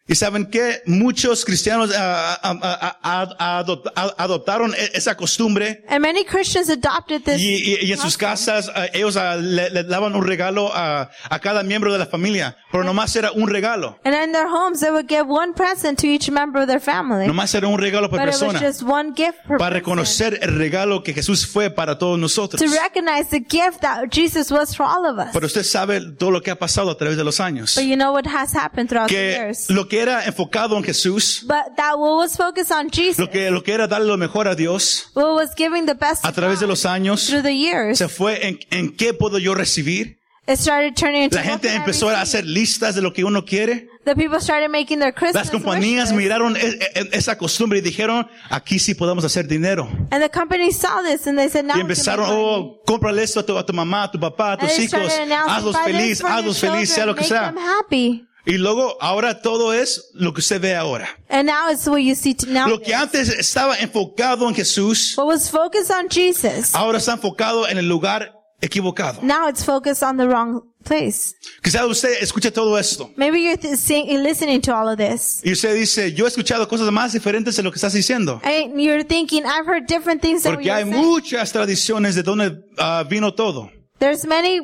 [SPEAKER 1] Y saben que muchos cristianos ah, ah, ah, ah, ah, adop- ah, adoptaron e- esa costumbre
[SPEAKER 2] And many Christians adopted this.
[SPEAKER 1] y, y- y en sus casas ah, ellos ah, le, le daban un regalo a, a cada miembro de la familia, pero nomás era un regalo,
[SPEAKER 2] And in their homes, they would give one present to each member of their family.
[SPEAKER 1] nomás era un regalo por
[SPEAKER 2] but it was
[SPEAKER 1] persona.
[SPEAKER 2] just one gift per
[SPEAKER 1] para
[SPEAKER 2] person.
[SPEAKER 1] reconocer el regalo que Jesús fue para todos nosotros.
[SPEAKER 2] To recognize the gift that Jesus was for all of us.
[SPEAKER 1] Pero usted sabe todo lo que ha pasado a través de los años.
[SPEAKER 2] but you know what has happened throughout the
[SPEAKER 1] Que
[SPEAKER 2] years.
[SPEAKER 1] lo que era enfocado en Jesús,
[SPEAKER 2] But that what was focused on Jesus,
[SPEAKER 1] lo que, lo que era darle lo mejor a Dios
[SPEAKER 2] what was giving the best
[SPEAKER 1] a
[SPEAKER 2] of
[SPEAKER 1] través de
[SPEAKER 2] God
[SPEAKER 1] los años,
[SPEAKER 2] through the years,
[SPEAKER 1] se fue en, en qué puedo yo recibir.
[SPEAKER 2] it started turning into
[SPEAKER 1] La
[SPEAKER 2] what
[SPEAKER 1] gente
[SPEAKER 2] can I
[SPEAKER 1] empezó a
[SPEAKER 2] receive?
[SPEAKER 1] hacer listas de lo que uno quiere.
[SPEAKER 2] The people started making their Christmas
[SPEAKER 1] Las compañías
[SPEAKER 2] wishes.
[SPEAKER 1] miraron e- e- esa costumbre y dijeron, aquí sí podemos hacer dinero.
[SPEAKER 2] and the companies saw this and they said, "Now
[SPEAKER 1] Y
[SPEAKER 2] we can
[SPEAKER 1] empezaron,
[SPEAKER 2] make money."
[SPEAKER 1] oh, cómprale esto a tu, a tu mamá, a tu papá, a
[SPEAKER 2] And
[SPEAKER 1] tus
[SPEAKER 2] they
[SPEAKER 1] hijos,
[SPEAKER 2] started announcing,
[SPEAKER 1] hazlos
[SPEAKER 2] "Buy this
[SPEAKER 1] feliz,
[SPEAKER 2] for your
[SPEAKER 1] hazlos feliz, sea
[SPEAKER 2] children,
[SPEAKER 1] lo que
[SPEAKER 2] make
[SPEAKER 1] sea.
[SPEAKER 2] them happy."
[SPEAKER 1] Y luego ahora todo es lo que usted ve ahora.
[SPEAKER 2] And now it's what you see t- now.
[SPEAKER 1] Lo que antes estaba enfocado en Jesús,
[SPEAKER 2] what was focused on Jesus,
[SPEAKER 1] ahora está enfocado en el lugar equivocado.
[SPEAKER 2] now it's focused on the wrong place.
[SPEAKER 1] Quizás usted escuche todo esto
[SPEAKER 2] Maybe you're th- seeing, and listening to all of this.
[SPEAKER 1] y usted dice, yo he escuchado cosas más diferentes de lo que estás diciendo.
[SPEAKER 2] And you're thinking, I've heard different things that we
[SPEAKER 1] Porque hay muchas tradiciones de donde ah, vino todo.
[SPEAKER 2] There's many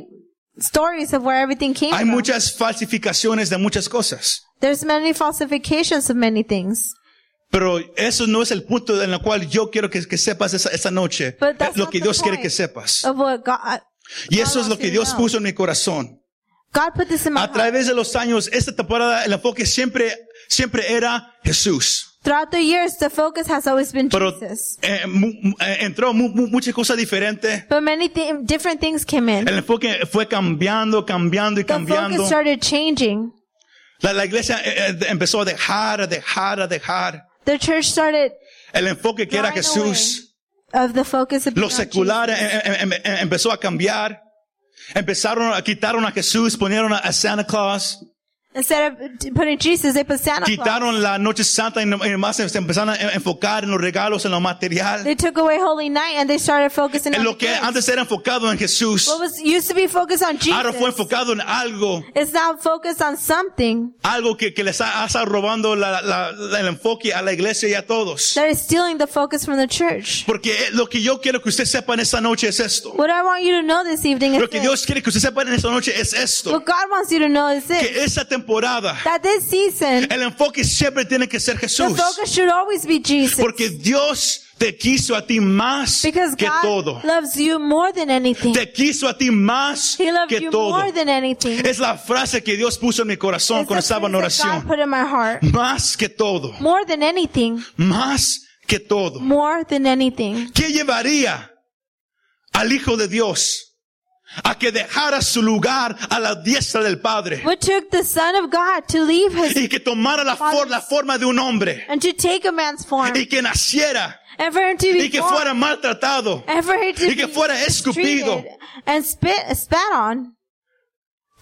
[SPEAKER 2] stories of where everything came
[SPEAKER 1] Hay
[SPEAKER 2] from.
[SPEAKER 1] muchas falsificaciones de muchas cosas.
[SPEAKER 2] There's many falsifications of many things.
[SPEAKER 1] Pero eso no es el punto en el cual yo quiero que, que sepas esa, esta noche.
[SPEAKER 2] But that's
[SPEAKER 1] Es Lo
[SPEAKER 2] not
[SPEAKER 1] que
[SPEAKER 2] the
[SPEAKER 1] Dios quiere
[SPEAKER 2] point.
[SPEAKER 1] que sepas.
[SPEAKER 2] Of what God,
[SPEAKER 1] Y eso es lo
[SPEAKER 2] wants you
[SPEAKER 1] que
[SPEAKER 2] to
[SPEAKER 1] Dios
[SPEAKER 2] know.
[SPEAKER 1] puso en mi corazón.
[SPEAKER 2] God put this in my
[SPEAKER 1] A
[SPEAKER 2] heart.
[SPEAKER 1] través de los años, esta temporada, el enfoque siempre, siempre era Jesús.
[SPEAKER 2] Throughout the years, the focus has always been
[SPEAKER 1] Pero
[SPEAKER 2] Jesus.
[SPEAKER 1] eh, mu- mu- eh, entró mu- mu- muchas cosas diferentes.
[SPEAKER 2] But many thi- different things came in.
[SPEAKER 1] El enfoque fue cambiando, cambiando y
[SPEAKER 2] The focus
[SPEAKER 1] cambiando.
[SPEAKER 2] started changing.
[SPEAKER 1] La, la iglesia eh, eh, empezó a dejar, a dejar, a dejar.
[SPEAKER 2] The church started
[SPEAKER 1] El enfoque que era
[SPEAKER 2] Drawing
[SPEAKER 1] Jesús.
[SPEAKER 2] of the focus of being
[SPEAKER 1] Lo
[SPEAKER 2] on
[SPEAKER 1] secular
[SPEAKER 2] Jesus.
[SPEAKER 1] eh, eh, eh, eh, empezó a cambiar. Empezaron a quitaron a Jesús, ponieron a, a Santa Claus,
[SPEAKER 2] Instead of t- putting Jesus, they put Santa Claus.
[SPEAKER 1] quitaron la noche santa y más se se empezaron a enfocar en los regalos, en lo material.
[SPEAKER 2] They took away Holy Night and they started focusing
[SPEAKER 1] En
[SPEAKER 2] on
[SPEAKER 1] lo
[SPEAKER 2] the
[SPEAKER 1] que
[SPEAKER 2] gifts.
[SPEAKER 1] antes era enfocado en Jesús,
[SPEAKER 2] What was used to be focused on
[SPEAKER 1] ahora fue
[SPEAKER 2] Jesus,
[SPEAKER 1] enfocado en algo,
[SPEAKER 2] it's now focused on something
[SPEAKER 1] algo que, que les ha, ha estado robando la- la- la- el enfoque a la iglesia y a todos.
[SPEAKER 2] that is stealing the focus from the church.
[SPEAKER 1] Porque eh, lo que yo quiero que usted sepa en esta noche es esto.
[SPEAKER 2] What I want you to know this evening is
[SPEAKER 1] Lo que
[SPEAKER 2] this.
[SPEAKER 1] Dios quiere que usted sepa en esta noche es esto.
[SPEAKER 2] What God wants you to know is this.
[SPEAKER 1] Que esta temporada,
[SPEAKER 2] That this season,
[SPEAKER 1] el enfoque siempre tiene que ser
[SPEAKER 2] the
[SPEAKER 1] Jesús.
[SPEAKER 2] focus should always be Jesus.
[SPEAKER 1] Porque Dios te quiso a ti más
[SPEAKER 2] Because
[SPEAKER 1] que
[SPEAKER 2] God
[SPEAKER 1] todo.
[SPEAKER 2] loves you more than anything.
[SPEAKER 1] Te quiso a ti más
[SPEAKER 2] He loves
[SPEAKER 1] que
[SPEAKER 2] you
[SPEAKER 1] todo.
[SPEAKER 2] more than anything.
[SPEAKER 1] Es la frase que Dios puso en mi corazón
[SPEAKER 2] It's the
[SPEAKER 1] cuando estaba en
[SPEAKER 2] things that God
[SPEAKER 1] oración.
[SPEAKER 2] put in my heart.
[SPEAKER 1] Más que todo.
[SPEAKER 2] More than anything.
[SPEAKER 1] más que todo.
[SPEAKER 2] More than anything.
[SPEAKER 1] ¿Qué llevaría al Hijo de Dios a que dejara su lugar a la diestra del Padre
[SPEAKER 2] What took the Son of God to leave his
[SPEAKER 1] y que tomara la, for- la forma de un hombre
[SPEAKER 2] and to take a man's form
[SPEAKER 1] y que naciera
[SPEAKER 2] and for him to
[SPEAKER 1] y
[SPEAKER 2] be
[SPEAKER 1] que
[SPEAKER 2] born,
[SPEAKER 1] fuera maltratado?
[SPEAKER 2] and for him to
[SPEAKER 1] y que
[SPEAKER 2] be
[SPEAKER 1] fuera escupido.
[SPEAKER 2] mistreated and spit spat on?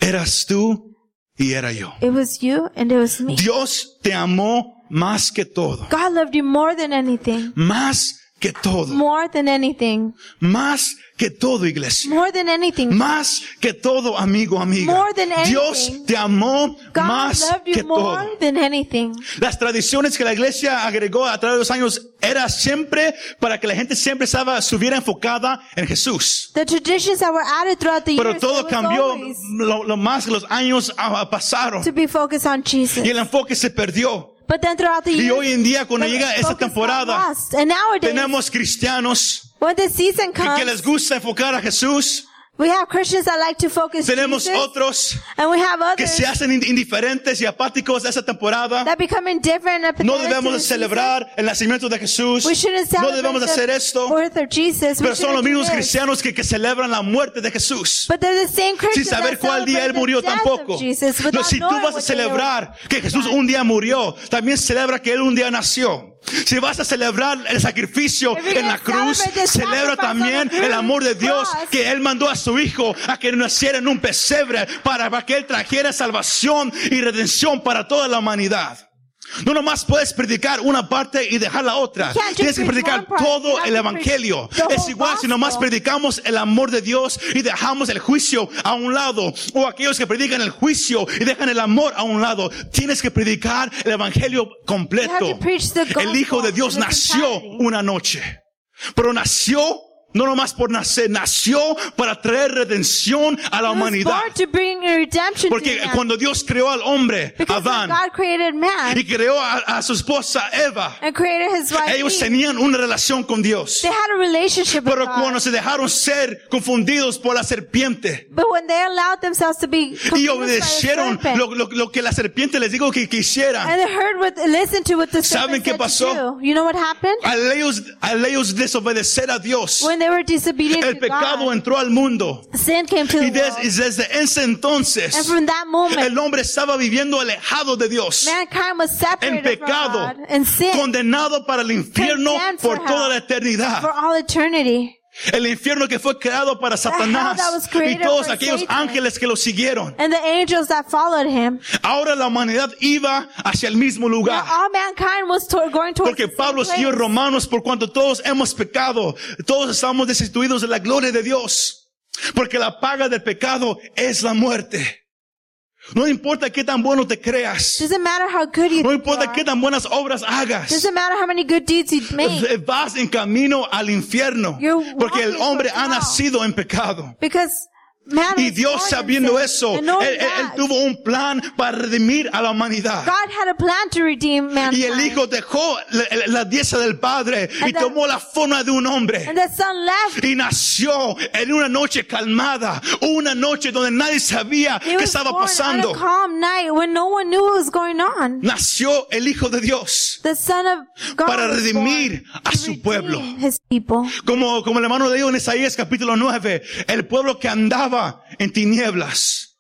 [SPEAKER 1] Eras tú y era yo.
[SPEAKER 2] It was you and it was me.
[SPEAKER 1] Dios te amó más que todo,
[SPEAKER 2] God loved you more than anything.
[SPEAKER 1] más que todo,
[SPEAKER 2] More than anything.
[SPEAKER 1] más que todo, iglesia.
[SPEAKER 2] More than anything.
[SPEAKER 1] Más que todo, amigo, amiga.
[SPEAKER 2] More than anything,
[SPEAKER 1] Dios te amó
[SPEAKER 2] God
[SPEAKER 1] más
[SPEAKER 2] loved you
[SPEAKER 1] que
[SPEAKER 2] more
[SPEAKER 1] todo.
[SPEAKER 2] than anything.
[SPEAKER 1] Las tradiciones que la iglesia agregó a través de los años era siempre para que la gente siempre estaba, estuviera enfocada en Jesús.
[SPEAKER 2] The traditions that were added throughout the
[SPEAKER 1] Pero
[SPEAKER 2] years it
[SPEAKER 1] todo
[SPEAKER 2] was
[SPEAKER 1] cambió
[SPEAKER 2] always
[SPEAKER 1] lo, lo más que los años ah, pasaron
[SPEAKER 2] to be focused on Jesus.
[SPEAKER 1] y el enfoque se perdió.
[SPEAKER 2] but then throughout the
[SPEAKER 1] Y
[SPEAKER 2] years,
[SPEAKER 1] hoy en día cuando
[SPEAKER 2] the
[SPEAKER 1] llega esta
[SPEAKER 2] focus got
[SPEAKER 1] temporada
[SPEAKER 2] lost. And nowadays,
[SPEAKER 1] tenemos cristianos
[SPEAKER 2] when the season
[SPEAKER 1] que,
[SPEAKER 2] comes,
[SPEAKER 1] que les gusta enfocar a Jesús.
[SPEAKER 2] we have Christians that like to focus
[SPEAKER 1] Tenemos
[SPEAKER 2] Jesus,
[SPEAKER 1] otros
[SPEAKER 2] and we have
[SPEAKER 1] que
[SPEAKER 2] others
[SPEAKER 1] se hacen ind- indiferentes y apáticos a esta temporada.
[SPEAKER 2] that become indifferent. and
[SPEAKER 1] No
[SPEAKER 2] apathetic
[SPEAKER 1] debemos
[SPEAKER 2] to
[SPEAKER 1] de
[SPEAKER 2] the
[SPEAKER 1] celebrar el nacimiento de Jesús.
[SPEAKER 2] season. We shouldn't
[SPEAKER 1] No
[SPEAKER 2] celebrate
[SPEAKER 1] debemos de
[SPEAKER 2] the
[SPEAKER 1] hacer esto.
[SPEAKER 2] birth of Jesus. We
[SPEAKER 1] Pero son
[SPEAKER 2] shouldn't
[SPEAKER 1] los
[SPEAKER 2] do
[SPEAKER 1] mismos
[SPEAKER 2] this.
[SPEAKER 1] cristianos que, que celebran la muerte de Jesús.
[SPEAKER 2] But they're the
[SPEAKER 1] Sin
[SPEAKER 2] same Christians
[SPEAKER 1] saber
[SPEAKER 2] that
[SPEAKER 1] cuál día
[SPEAKER 2] celebrate
[SPEAKER 1] Él murió
[SPEAKER 2] the death of
[SPEAKER 1] tampoco.
[SPEAKER 2] Jesus
[SPEAKER 1] No,
[SPEAKER 2] without
[SPEAKER 1] si tú
[SPEAKER 2] knowing
[SPEAKER 1] vas a
[SPEAKER 2] what they were.
[SPEAKER 1] celebrar que Jesús un día murió, también celebra que Él un día nació. Si vas a celebrar el sacrificio
[SPEAKER 2] If you're
[SPEAKER 1] en la
[SPEAKER 2] gonna
[SPEAKER 1] cruz,
[SPEAKER 2] celebrate the
[SPEAKER 1] celebra
[SPEAKER 2] sacrifice on
[SPEAKER 1] también
[SPEAKER 2] the
[SPEAKER 1] el amor de Dios
[SPEAKER 2] cross.
[SPEAKER 1] que Él mandó a su Hijo a que naciera en un pesebre para que Él trajera salvación y redención para toda la humanidad. No nomás puedes predicar una parte y dejar la otra.
[SPEAKER 2] You can't just
[SPEAKER 1] Tienes que
[SPEAKER 2] preach
[SPEAKER 1] predicar
[SPEAKER 2] one part. You
[SPEAKER 1] todo
[SPEAKER 2] have
[SPEAKER 1] el
[SPEAKER 2] to preach
[SPEAKER 1] evangelio.
[SPEAKER 2] the
[SPEAKER 1] Es
[SPEAKER 2] whole
[SPEAKER 1] igual si nomás
[SPEAKER 2] gospel.
[SPEAKER 1] predicamos el amor de Dios y dejamos el juicio a un lado. O aquellos que predican el juicio y dejan el amor a un lado. Tienes que predicar el evangelio
[SPEAKER 2] You
[SPEAKER 1] completo.
[SPEAKER 2] have to preach the gospel
[SPEAKER 1] El Hijo de Dios
[SPEAKER 2] in its
[SPEAKER 1] nació
[SPEAKER 2] entirety.
[SPEAKER 1] una noche. Pero nació no nomás por nacer, nació para traer redención a la
[SPEAKER 2] He was
[SPEAKER 1] humanidad.
[SPEAKER 2] born to bring redemption
[SPEAKER 1] Porque
[SPEAKER 2] to man.
[SPEAKER 1] cuando Dios creó al hombre,
[SPEAKER 2] Because when
[SPEAKER 1] Adán,
[SPEAKER 2] God created man
[SPEAKER 1] y creó a, a su esposa Eva,
[SPEAKER 2] and created his wife
[SPEAKER 1] ellos
[SPEAKER 2] Eve,
[SPEAKER 1] tenían una relación con Dios.
[SPEAKER 2] they had a relationship with
[SPEAKER 1] Pero cuando
[SPEAKER 2] God.
[SPEAKER 1] se dejaron ser confundidos por la serpiente
[SPEAKER 2] But when they allowed themselves to be
[SPEAKER 1] y
[SPEAKER 2] confused by the
[SPEAKER 1] obedecieron
[SPEAKER 2] serpent,
[SPEAKER 1] lo, lo- lo que la serpiente les dijo que quisieran,
[SPEAKER 2] and they heard what, listened to what the
[SPEAKER 1] ¿Saben
[SPEAKER 2] serpent
[SPEAKER 1] qué
[SPEAKER 2] said
[SPEAKER 1] pasó? Ah,
[SPEAKER 2] to do, you know what happened?
[SPEAKER 1] al ellos, al ellos desobedecer a Dios,
[SPEAKER 2] When they were disobedient
[SPEAKER 1] el
[SPEAKER 2] to
[SPEAKER 1] pecado
[SPEAKER 2] God,
[SPEAKER 1] entró al mundo.
[SPEAKER 2] sin came to
[SPEAKER 1] Y,
[SPEAKER 2] the
[SPEAKER 1] des- y
[SPEAKER 2] world.
[SPEAKER 1] desde ese
[SPEAKER 2] And
[SPEAKER 1] entonces,
[SPEAKER 2] from that moment,
[SPEAKER 1] el hombre estaba viviendo alejado de Dios.
[SPEAKER 2] mankind was
[SPEAKER 1] En
[SPEAKER 2] separated
[SPEAKER 1] pecado,
[SPEAKER 2] from God and sin
[SPEAKER 1] condenado para el infierno
[SPEAKER 2] Condemned for
[SPEAKER 1] por toda
[SPEAKER 2] hell.
[SPEAKER 1] la eternidad.
[SPEAKER 2] for all eternity.
[SPEAKER 1] El infierno que fue creado para Satanás
[SPEAKER 2] that was
[SPEAKER 1] y
[SPEAKER 2] created
[SPEAKER 1] todos
[SPEAKER 2] for
[SPEAKER 1] aquellos
[SPEAKER 2] Satan.
[SPEAKER 1] ángeles que lo siguieron.
[SPEAKER 2] And the angels that followed him,
[SPEAKER 1] Ahora la humanidad iba hacia el mismo
[SPEAKER 2] now
[SPEAKER 1] lugar.
[SPEAKER 2] all mankind was to- going towards
[SPEAKER 1] Ah. Porque
[SPEAKER 2] the same
[SPEAKER 1] Pablo escribió en
[SPEAKER 2] place.
[SPEAKER 1] Romanos, por cuanto todos hemos pecado, todos estamos destituidos de la gloria de Dios. Porque la paga del pecado es la muerte. No importa qué tan bueno te creas,
[SPEAKER 2] Doesn't matter how good you
[SPEAKER 1] no
[SPEAKER 2] think you
[SPEAKER 1] importa
[SPEAKER 2] are.
[SPEAKER 1] qué tan buenas obras hagas,
[SPEAKER 2] Doesn't matter how many good deeds you make.
[SPEAKER 1] eh, vas en camino al infierno.
[SPEAKER 2] You're
[SPEAKER 1] Porque el
[SPEAKER 2] walking
[SPEAKER 1] hombre ha
[SPEAKER 2] towards hell.
[SPEAKER 1] nacido en pecado.
[SPEAKER 2] Because man
[SPEAKER 1] Y
[SPEAKER 2] was
[SPEAKER 1] Dios
[SPEAKER 2] born
[SPEAKER 1] sabiendo
[SPEAKER 2] in
[SPEAKER 1] eso, él,
[SPEAKER 2] sin. And knowing
[SPEAKER 1] él- él
[SPEAKER 2] that,
[SPEAKER 1] tuvo un plan para redimir a la humanidad.
[SPEAKER 2] God had a plan to redeem mankind.
[SPEAKER 1] Y el Hijo dejó la, la diestra del Padre y
[SPEAKER 2] And the-
[SPEAKER 1] tomó la forma de un hombre.
[SPEAKER 2] And the son left.
[SPEAKER 1] Y nació en una noche calmada, una noche donde nadie sabía qué
[SPEAKER 2] He was
[SPEAKER 1] estaba
[SPEAKER 2] born
[SPEAKER 1] pasando.
[SPEAKER 2] on a calm night when no one knew what was going on.
[SPEAKER 1] Nació el Hijo de Dios
[SPEAKER 2] The son of God
[SPEAKER 1] para
[SPEAKER 2] was
[SPEAKER 1] redimir
[SPEAKER 2] born
[SPEAKER 1] a
[SPEAKER 2] to
[SPEAKER 1] su
[SPEAKER 2] redeem
[SPEAKER 1] pueblo.
[SPEAKER 2] His people.
[SPEAKER 1] Como, como el hermano de Dios en Isaías capítulo 9, el pueblo que andaba en tinieblas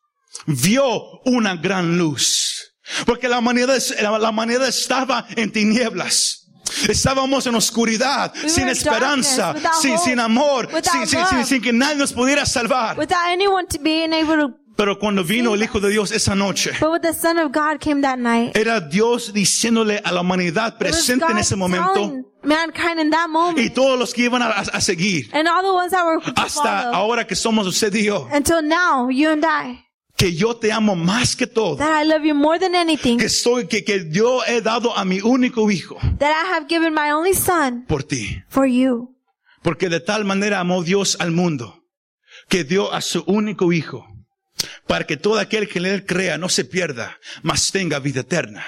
[SPEAKER 1] vio una gran luz. Porque la humanidad, la, la humanidad estaba en tinieblas. Estábamos en oscuridad,
[SPEAKER 2] We
[SPEAKER 1] sin
[SPEAKER 2] were in
[SPEAKER 1] esperanza,
[SPEAKER 2] darkness, without
[SPEAKER 1] sin,
[SPEAKER 2] hope,
[SPEAKER 1] sin amor,
[SPEAKER 2] without
[SPEAKER 1] sin, sin, sin,
[SPEAKER 2] love.
[SPEAKER 1] sin que nadie nos pudiera salvar.
[SPEAKER 2] Without anyone to being able to,
[SPEAKER 1] Pero cuando vino el Hijo de Dios esa noche,
[SPEAKER 2] but with the son of God came that night.
[SPEAKER 1] era Dios diciéndole a la humanidad
[SPEAKER 2] It was
[SPEAKER 1] presente en
[SPEAKER 2] God
[SPEAKER 1] ese momento
[SPEAKER 2] telling mankind in that
[SPEAKER 1] y
[SPEAKER 2] moment.
[SPEAKER 1] todos los que iban a, a- a seguir,
[SPEAKER 2] And all the ones that were to
[SPEAKER 1] hasta
[SPEAKER 2] follow.
[SPEAKER 1] ahora que somos usted y yo.
[SPEAKER 2] Until now, you and I.
[SPEAKER 1] que yo te amo más que todo,
[SPEAKER 2] That I love you more than anything.
[SPEAKER 1] que soy que, que yo he dado a mi único hijo
[SPEAKER 2] That I have given my only son
[SPEAKER 1] por ti,
[SPEAKER 2] for you.
[SPEAKER 1] porque de tal manera amó Dios al mundo que dio a su único hijo para que todo aquel que en él crea no se pierda, mas tenga vida eterna.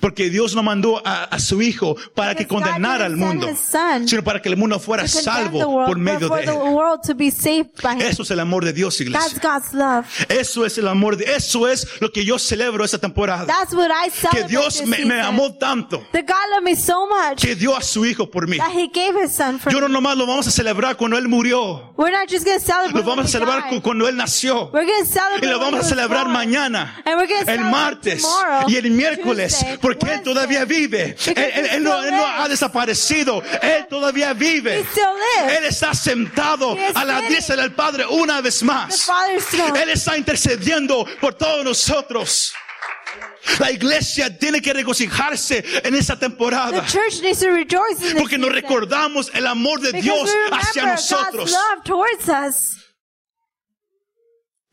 [SPEAKER 1] Porque Dios no mandó a, a su hijo para que
[SPEAKER 2] Because God
[SPEAKER 1] condenara al
[SPEAKER 2] didn't send
[SPEAKER 1] mundo,
[SPEAKER 2] his son
[SPEAKER 1] sino para que el mundo
[SPEAKER 2] to
[SPEAKER 1] fuera
[SPEAKER 2] condemn the
[SPEAKER 1] salvo
[SPEAKER 2] world,
[SPEAKER 1] por
[SPEAKER 2] but
[SPEAKER 1] medio
[SPEAKER 2] for
[SPEAKER 1] de
[SPEAKER 2] the
[SPEAKER 1] él.
[SPEAKER 2] world to be saved by him.
[SPEAKER 1] Eso es el amor de Dios,
[SPEAKER 2] That's
[SPEAKER 1] iglesia.
[SPEAKER 2] God's love.
[SPEAKER 1] Eso es el amor de, eso es lo que yo celebro esta temporada.
[SPEAKER 2] That's what
[SPEAKER 1] Que
[SPEAKER 2] I celebrate
[SPEAKER 1] Dios
[SPEAKER 2] this
[SPEAKER 1] me- me
[SPEAKER 2] season.
[SPEAKER 1] amó tanto.
[SPEAKER 2] That God loved me so much
[SPEAKER 1] que dio a su hijo por mí.
[SPEAKER 2] that he gave his son for
[SPEAKER 1] Yo
[SPEAKER 2] me.
[SPEAKER 1] no nomás lo vamos a celebrar cuando él murió.
[SPEAKER 2] We're not just going to celebrate
[SPEAKER 1] Lo vamos a
[SPEAKER 2] when he
[SPEAKER 1] celebrar cu-
[SPEAKER 2] died.
[SPEAKER 1] cuando él nació.
[SPEAKER 2] We're going
[SPEAKER 1] Y
[SPEAKER 2] to celebrate
[SPEAKER 1] lo
[SPEAKER 2] when he
[SPEAKER 1] vamos a
[SPEAKER 2] was
[SPEAKER 1] celebrar
[SPEAKER 2] born.
[SPEAKER 1] mañana,
[SPEAKER 2] And we're gonna
[SPEAKER 1] el
[SPEAKER 2] celebrate
[SPEAKER 1] martes
[SPEAKER 2] tomorrow,
[SPEAKER 1] y el miércoles,
[SPEAKER 2] Tuesday,
[SPEAKER 1] porque Él todavía
[SPEAKER 2] Wednesday.
[SPEAKER 1] vive.
[SPEAKER 2] Because
[SPEAKER 1] Él, él-
[SPEAKER 2] he
[SPEAKER 1] él no,
[SPEAKER 2] still
[SPEAKER 1] él no
[SPEAKER 2] lives.
[SPEAKER 1] ha desaparecido, Él todavía vive.
[SPEAKER 2] He still lives.
[SPEAKER 1] Él está sentado
[SPEAKER 2] He is
[SPEAKER 1] a la
[SPEAKER 2] sitting.
[SPEAKER 1] diestra del Padre una vez
[SPEAKER 2] The
[SPEAKER 1] más.
[SPEAKER 2] Father's throne.
[SPEAKER 1] Él está intercediendo por todos nosotros. La iglesia tiene que regocijarse en esa
[SPEAKER 2] The
[SPEAKER 1] temporada
[SPEAKER 2] church needs to rejoice in this
[SPEAKER 1] porque nos
[SPEAKER 2] season.
[SPEAKER 1] recordamos el amor de
[SPEAKER 2] Because
[SPEAKER 1] Dios
[SPEAKER 2] we remember
[SPEAKER 1] hacia nosotros.
[SPEAKER 2] God's love towards us.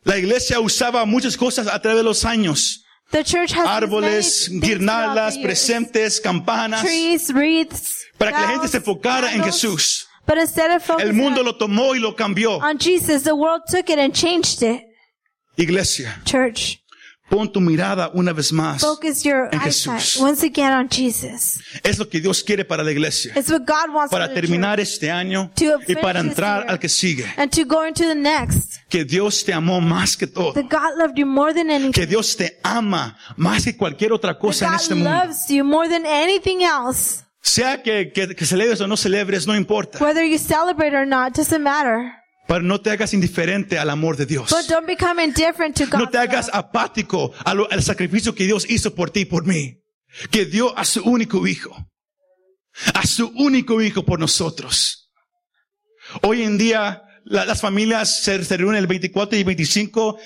[SPEAKER 1] La iglesia usaba muchas cosas a través de los años.
[SPEAKER 2] The church has
[SPEAKER 1] Árboles,
[SPEAKER 2] many things throughout
[SPEAKER 1] guirnaldas,
[SPEAKER 2] the years.
[SPEAKER 1] presentes, campanas,
[SPEAKER 2] trees, wreaths,
[SPEAKER 1] para que la gente se
[SPEAKER 2] bells,
[SPEAKER 1] enfocara en
[SPEAKER 2] candles.
[SPEAKER 1] Jesús.
[SPEAKER 2] But instead of
[SPEAKER 1] El
[SPEAKER 2] focusing
[SPEAKER 1] mundo lo tomó y lo cambió.
[SPEAKER 2] on Jesus, the world took it and changed it.
[SPEAKER 1] Iglesia,
[SPEAKER 2] Church,
[SPEAKER 1] pon tu mirada una vez más.
[SPEAKER 2] focus your
[SPEAKER 1] En
[SPEAKER 2] eyesight
[SPEAKER 1] Jesús.
[SPEAKER 2] once again on Jesus.
[SPEAKER 1] Es lo que Dios quiere para la iglesia.
[SPEAKER 2] It's what God wants
[SPEAKER 1] Para
[SPEAKER 2] for the
[SPEAKER 1] terminar este año
[SPEAKER 2] To
[SPEAKER 1] y para
[SPEAKER 2] finish this
[SPEAKER 1] entrar
[SPEAKER 2] year.
[SPEAKER 1] al que sigue.
[SPEAKER 2] church. And to go into the next,
[SPEAKER 1] Que Dios te amó más que todo.
[SPEAKER 2] that God loved you more than anything.
[SPEAKER 1] Que Dios te ama más que cualquier otra
[SPEAKER 2] That
[SPEAKER 1] cosa en
[SPEAKER 2] God
[SPEAKER 1] este mundo.
[SPEAKER 2] loves you more than anything else.
[SPEAKER 1] Sea que, que- que celebres o no celebres, no importa.
[SPEAKER 2] Whether you celebrate or not doesn't matter.
[SPEAKER 1] Pero no te hagas indiferente al amor de Dios.
[SPEAKER 2] But don't become indifferent to God.
[SPEAKER 1] No te hagas apático a lo- al sacrificio que Dios hizo por ti y por mí. Que dio a su único hijo. A su único hijo por nosotros. Hoy en día la- las familias se, se reúnen el 24 y 25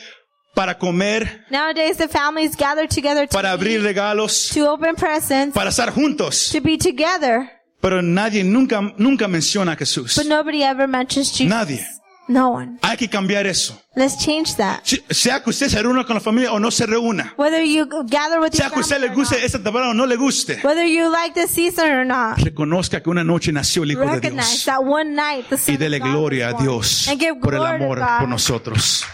[SPEAKER 1] para comer,
[SPEAKER 2] Nowadays, the families gather together to,
[SPEAKER 1] para abrir regalos,
[SPEAKER 2] to open presents,
[SPEAKER 1] para estar juntos.
[SPEAKER 2] to be together.
[SPEAKER 1] Pero nadie nunca, nunca menciona a Jesús.
[SPEAKER 2] But nobody ever mentions Jesus.
[SPEAKER 1] Nadie.
[SPEAKER 2] No one.
[SPEAKER 1] Hay que cambiar eso.
[SPEAKER 2] Let's change that.
[SPEAKER 1] Si- Sea que usted se reúna con la familia o no se reúna.
[SPEAKER 2] Whether you gather with your
[SPEAKER 1] Sea que usted
[SPEAKER 2] family
[SPEAKER 1] le
[SPEAKER 2] or
[SPEAKER 1] guste
[SPEAKER 2] not,
[SPEAKER 1] esta temporada o no le guste.
[SPEAKER 2] whether you like the season or not,
[SPEAKER 1] reconozca que una noche nació el Hijo de
[SPEAKER 2] recognize
[SPEAKER 1] Dios
[SPEAKER 2] that one night the Son
[SPEAKER 1] y
[SPEAKER 2] of
[SPEAKER 1] dele
[SPEAKER 2] God was
[SPEAKER 1] gloria a
[SPEAKER 2] born.
[SPEAKER 1] Dios
[SPEAKER 2] and give
[SPEAKER 1] por el
[SPEAKER 2] glory to
[SPEAKER 1] amor
[SPEAKER 2] God.
[SPEAKER 1] por nosotros.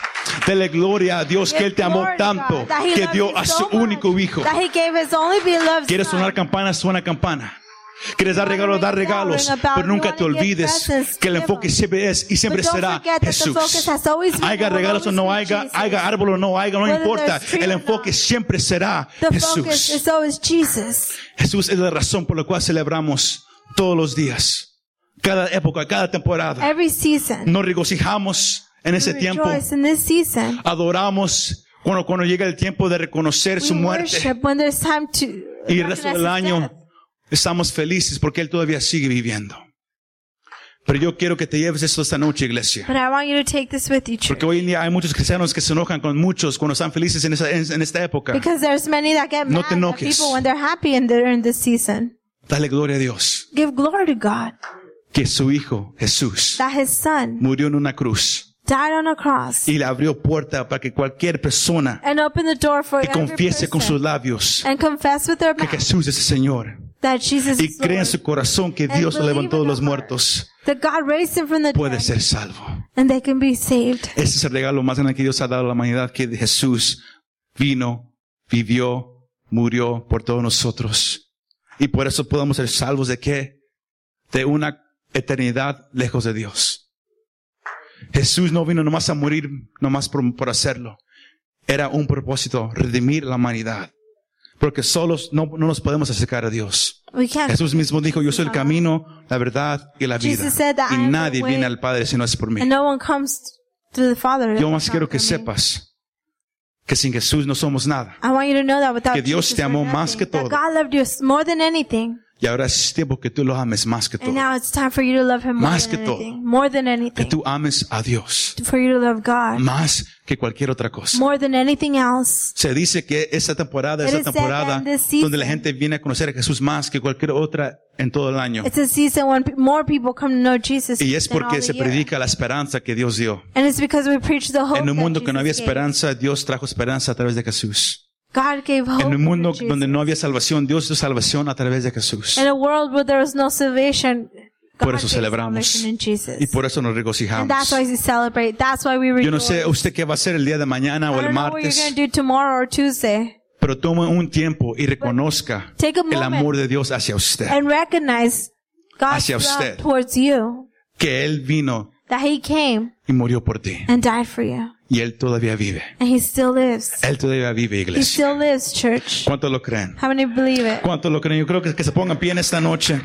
[SPEAKER 1] Dele gloria a Dios que
[SPEAKER 2] Give
[SPEAKER 1] Él te amó
[SPEAKER 2] glory to
[SPEAKER 1] tanto
[SPEAKER 2] God, that He
[SPEAKER 1] que
[SPEAKER 2] loved
[SPEAKER 1] dio
[SPEAKER 2] you
[SPEAKER 1] a
[SPEAKER 2] so
[SPEAKER 1] su
[SPEAKER 2] much,
[SPEAKER 1] único Hijo.
[SPEAKER 2] That he gave his only beloved
[SPEAKER 1] ¿Quieres
[SPEAKER 2] son.
[SPEAKER 1] sonar campana? Suena campana. ¿Quieres dar
[SPEAKER 2] You wanna
[SPEAKER 1] regalos? Da
[SPEAKER 2] ring a bell,
[SPEAKER 1] regalos.
[SPEAKER 2] ring a bell.
[SPEAKER 1] Pero
[SPEAKER 2] You
[SPEAKER 1] nunca
[SPEAKER 2] wanna
[SPEAKER 1] te
[SPEAKER 2] give
[SPEAKER 1] olvides
[SPEAKER 2] presents,
[SPEAKER 1] que el
[SPEAKER 2] give
[SPEAKER 1] enfoque
[SPEAKER 2] them.
[SPEAKER 1] siempre es y siempre
[SPEAKER 2] But don't
[SPEAKER 1] será
[SPEAKER 2] forget that the
[SPEAKER 1] Jesús.
[SPEAKER 2] focus has always been,
[SPEAKER 1] Haya
[SPEAKER 2] will
[SPEAKER 1] regalos o no
[SPEAKER 2] always be
[SPEAKER 1] haya,
[SPEAKER 2] Jesus.
[SPEAKER 1] haya árbol o no haya, no
[SPEAKER 2] Whether
[SPEAKER 1] importa.
[SPEAKER 2] there's tree
[SPEAKER 1] El
[SPEAKER 2] or
[SPEAKER 1] enfoque
[SPEAKER 2] not.
[SPEAKER 1] siempre será
[SPEAKER 2] The focus
[SPEAKER 1] Jesús.
[SPEAKER 2] is always Jesus.
[SPEAKER 1] Jesús es la razón por la cual celebramos todos los días, cada época, cada temporada.
[SPEAKER 2] Every season.
[SPEAKER 1] Nos regocijamos en ese
[SPEAKER 2] we
[SPEAKER 1] tiempo,
[SPEAKER 2] rejoice in this season.
[SPEAKER 1] adoramos cuando, cuando llega el tiempo de reconocer su
[SPEAKER 2] we
[SPEAKER 1] muerte
[SPEAKER 2] worship when there's time to.
[SPEAKER 1] y el resto
[SPEAKER 2] recognize
[SPEAKER 1] del
[SPEAKER 2] his
[SPEAKER 1] año
[SPEAKER 2] death.
[SPEAKER 1] estamos felices porque Él todavía sigue viviendo. Pero yo quiero que te lleves eso esta noche, iglesia.
[SPEAKER 2] But I want you to take this with you, church.
[SPEAKER 1] Porque hoy en día hay muchos cristianos que se enojan con muchos cuando están felices en, esa- en- en esta época.
[SPEAKER 2] Because there's many that get
[SPEAKER 1] No
[SPEAKER 2] mad
[SPEAKER 1] te
[SPEAKER 2] at
[SPEAKER 1] enojes.
[SPEAKER 2] people when they're happy and they're in this season.
[SPEAKER 1] Dale gloria a Dios
[SPEAKER 2] Give glory to God
[SPEAKER 1] que su Hijo Jesús
[SPEAKER 2] that His Son
[SPEAKER 1] murió en una cruz
[SPEAKER 2] died on a cross
[SPEAKER 1] y le abrió puerta para que cualquier persona
[SPEAKER 2] and opened the door for
[SPEAKER 1] que
[SPEAKER 2] every
[SPEAKER 1] confiese con sus
[SPEAKER 2] person
[SPEAKER 1] labios
[SPEAKER 2] and confess with their
[SPEAKER 1] que
[SPEAKER 2] mouth
[SPEAKER 1] Jesús es el Señor
[SPEAKER 2] that Jesus
[SPEAKER 1] y
[SPEAKER 2] is
[SPEAKER 1] cree en
[SPEAKER 2] Lord,
[SPEAKER 1] su corazón que
[SPEAKER 2] And
[SPEAKER 1] Dios lo
[SPEAKER 2] believe
[SPEAKER 1] levantó
[SPEAKER 2] in
[SPEAKER 1] de
[SPEAKER 2] your
[SPEAKER 1] los
[SPEAKER 2] heart.
[SPEAKER 1] muertos,
[SPEAKER 2] that God raised Him from the
[SPEAKER 1] puede
[SPEAKER 2] dead
[SPEAKER 1] ser salvo.
[SPEAKER 2] and they can be saved.
[SPEAKER 1] Ese es el regalo más grande que Dios ha dado a la humanidad, que Jesús vino, vivió, murió por todos nosotros. Y por eso podemos ser salvos de qué? De una eternidad lejos de Dios. Jesús no vino nomás a morir, nomás por, por hacerlo. Era un propósito, redimir la humanidad. Porque solos no, no nos podemos acercar a Dios.
[SPEAKER 2] We can't.
[SPEAKER 1] Jesús mismo dijo, yo soy el camino, la verdad y la vida.
[SPEAKER 2] Jesus said that
[SPEAKER 1] Y
[SPEAKER 2] I am the
[SPEAKER 1] nadie
[SPEAKER 2] way.
[SPEAKER 1] viene al Padre si no es por mí.
[SPEAKER 2] And no one comes to the Father.
[SPEAKER 1] Yo
[SPEAKER 2] except
[SPEAKER 1] más quiero que
[SPEAKER 2] for me.
[SPEAKER 1] sepas que sin Jesús no somos nada.
[SPEAKER 2] I want you to know that without
[SPEAKER 1] Que Dios
[SPEAKER 2] Jesus
[SPEAKER 1] te
[SPEAKER 2] we're
[SPEAKER 1] amó más
[SPEAKER 2] nothing.
[SPEAKER 1] que todo.
[SPEAKER 2] That God loved you more than anything.
[SPEAKER 1] Y ahora es tiempo que tú lo ames más que todo.
[SPEAKER 2] And now it's time for you to love him more
[SPEAKER 1] Más
[SPEAKER 2] than
[SPEAKER 1] que todo.
[SPEAKER 2] anything. More than
[SPEAKER 1] Que
[SPEAKER 2] anything.
[SPEAKER 1] tú ames a Dios
[SPEAKER 2] For you to love God.
[SPEAKER 1] más que cualquier otra cosa.
[SPEAKER 2] More than anything else.
[SPEAKER 1] Se dice que esta temporada
[SPEAKER 2] It
[SPEAKER 1] es la
[SPEAKER 2] is said
[SPEAKER 1] temporada
[SPEAKER 2] that this season-
[SPEAKER 1] donde la gente viene a conocer a Jesús más que cualquier otra en todo el año.
[SPEAKER 2] It's a season when pe- more people come to know Jesus.
[SPEAKER 1] Y es
[SPEAKER 2] than all
[SPEAKER 1] porque se
[SPEAKER 2] the year.
[SPEAKER 1] predica la esperanza que Dios dio.
[SPEAKER 2] And it's because we preach the hope
[SPEAKER 1] En un
[SPEAKER 2] that
[SPEAKER 1] mundo que no había
[SPEAKER 2] Jesus gave.
[SPEAKER 1] esperanza, Dios trajo esperanza a través de Jesús.
[SPEAKER 2] God gave hope.
[SPEAKER 1] En un mundo
[SPEAKER 2] through
[SPEAKER 1] donde
[SPEAKER 2] Jesus.
[SPEAKER 1] no había salvación, Dios dio salvación a través de Jesús.
[SPEAKER 2] In a world where there was no salvation, God
[SPEAKER 1] Por eso
[SPEAKER 2] gave
[SPEAKER 1] celebramos.
[SPEAKER 2] salvation in Jesus.
[SPEAKER 1] Y por eso nos
[SPEAKER 2] And that's
[SPEAKER 1] regocijamos.
[SPEAKER 2] why we celebrate. That's why we rejoice.
[SPEAKER 1] Yo no sé usted qué va a hacer el día de mañana o
[SPEAKER 2] I
[SPEAKER 1] el
[SPEAKER 2] don't know what you're going
[SPEAKER 1] martes,
[SPEAKER 2] to do tomorrow or Tuesday.
[SPEAKER 1] pero tome un tiempo y reconozca
[SPEAKER 2] Take a
[SPEAKER 1] el
[SPEAKER 2] moment.
[SPEAKER 1] amor de Dios hacia usted,
[SPEAKER 2] And recognize God's
[SPEAKER 1] Hacia
[SPEAKER 2] love
[SPEAKER 1] usted.
[SPEAKER 2] towards you.
[SPEAKER 1] que Él vino
[SPEAKER 2] That He came
[SPEAKER 1] y murió por ti,
[SPEAKER 2] and died for you.
[SPEAKER 1] y Él todavía vive.
[SPEAKER 2] And He still lives.
[SPEAKER 1] Él todavía vive,
[SPEAKER 2] He
[SPEAKER 1] iglesia.
[SPEAKER 2] still lives, church.
[SPEAKER 1] ¿Cuántos lo creen?
[SPEAKER 2] How many believe it?
[SPEAKER 1] ¿Cuántos lo creen? Yo creo que, que se pongan pie en esta noche.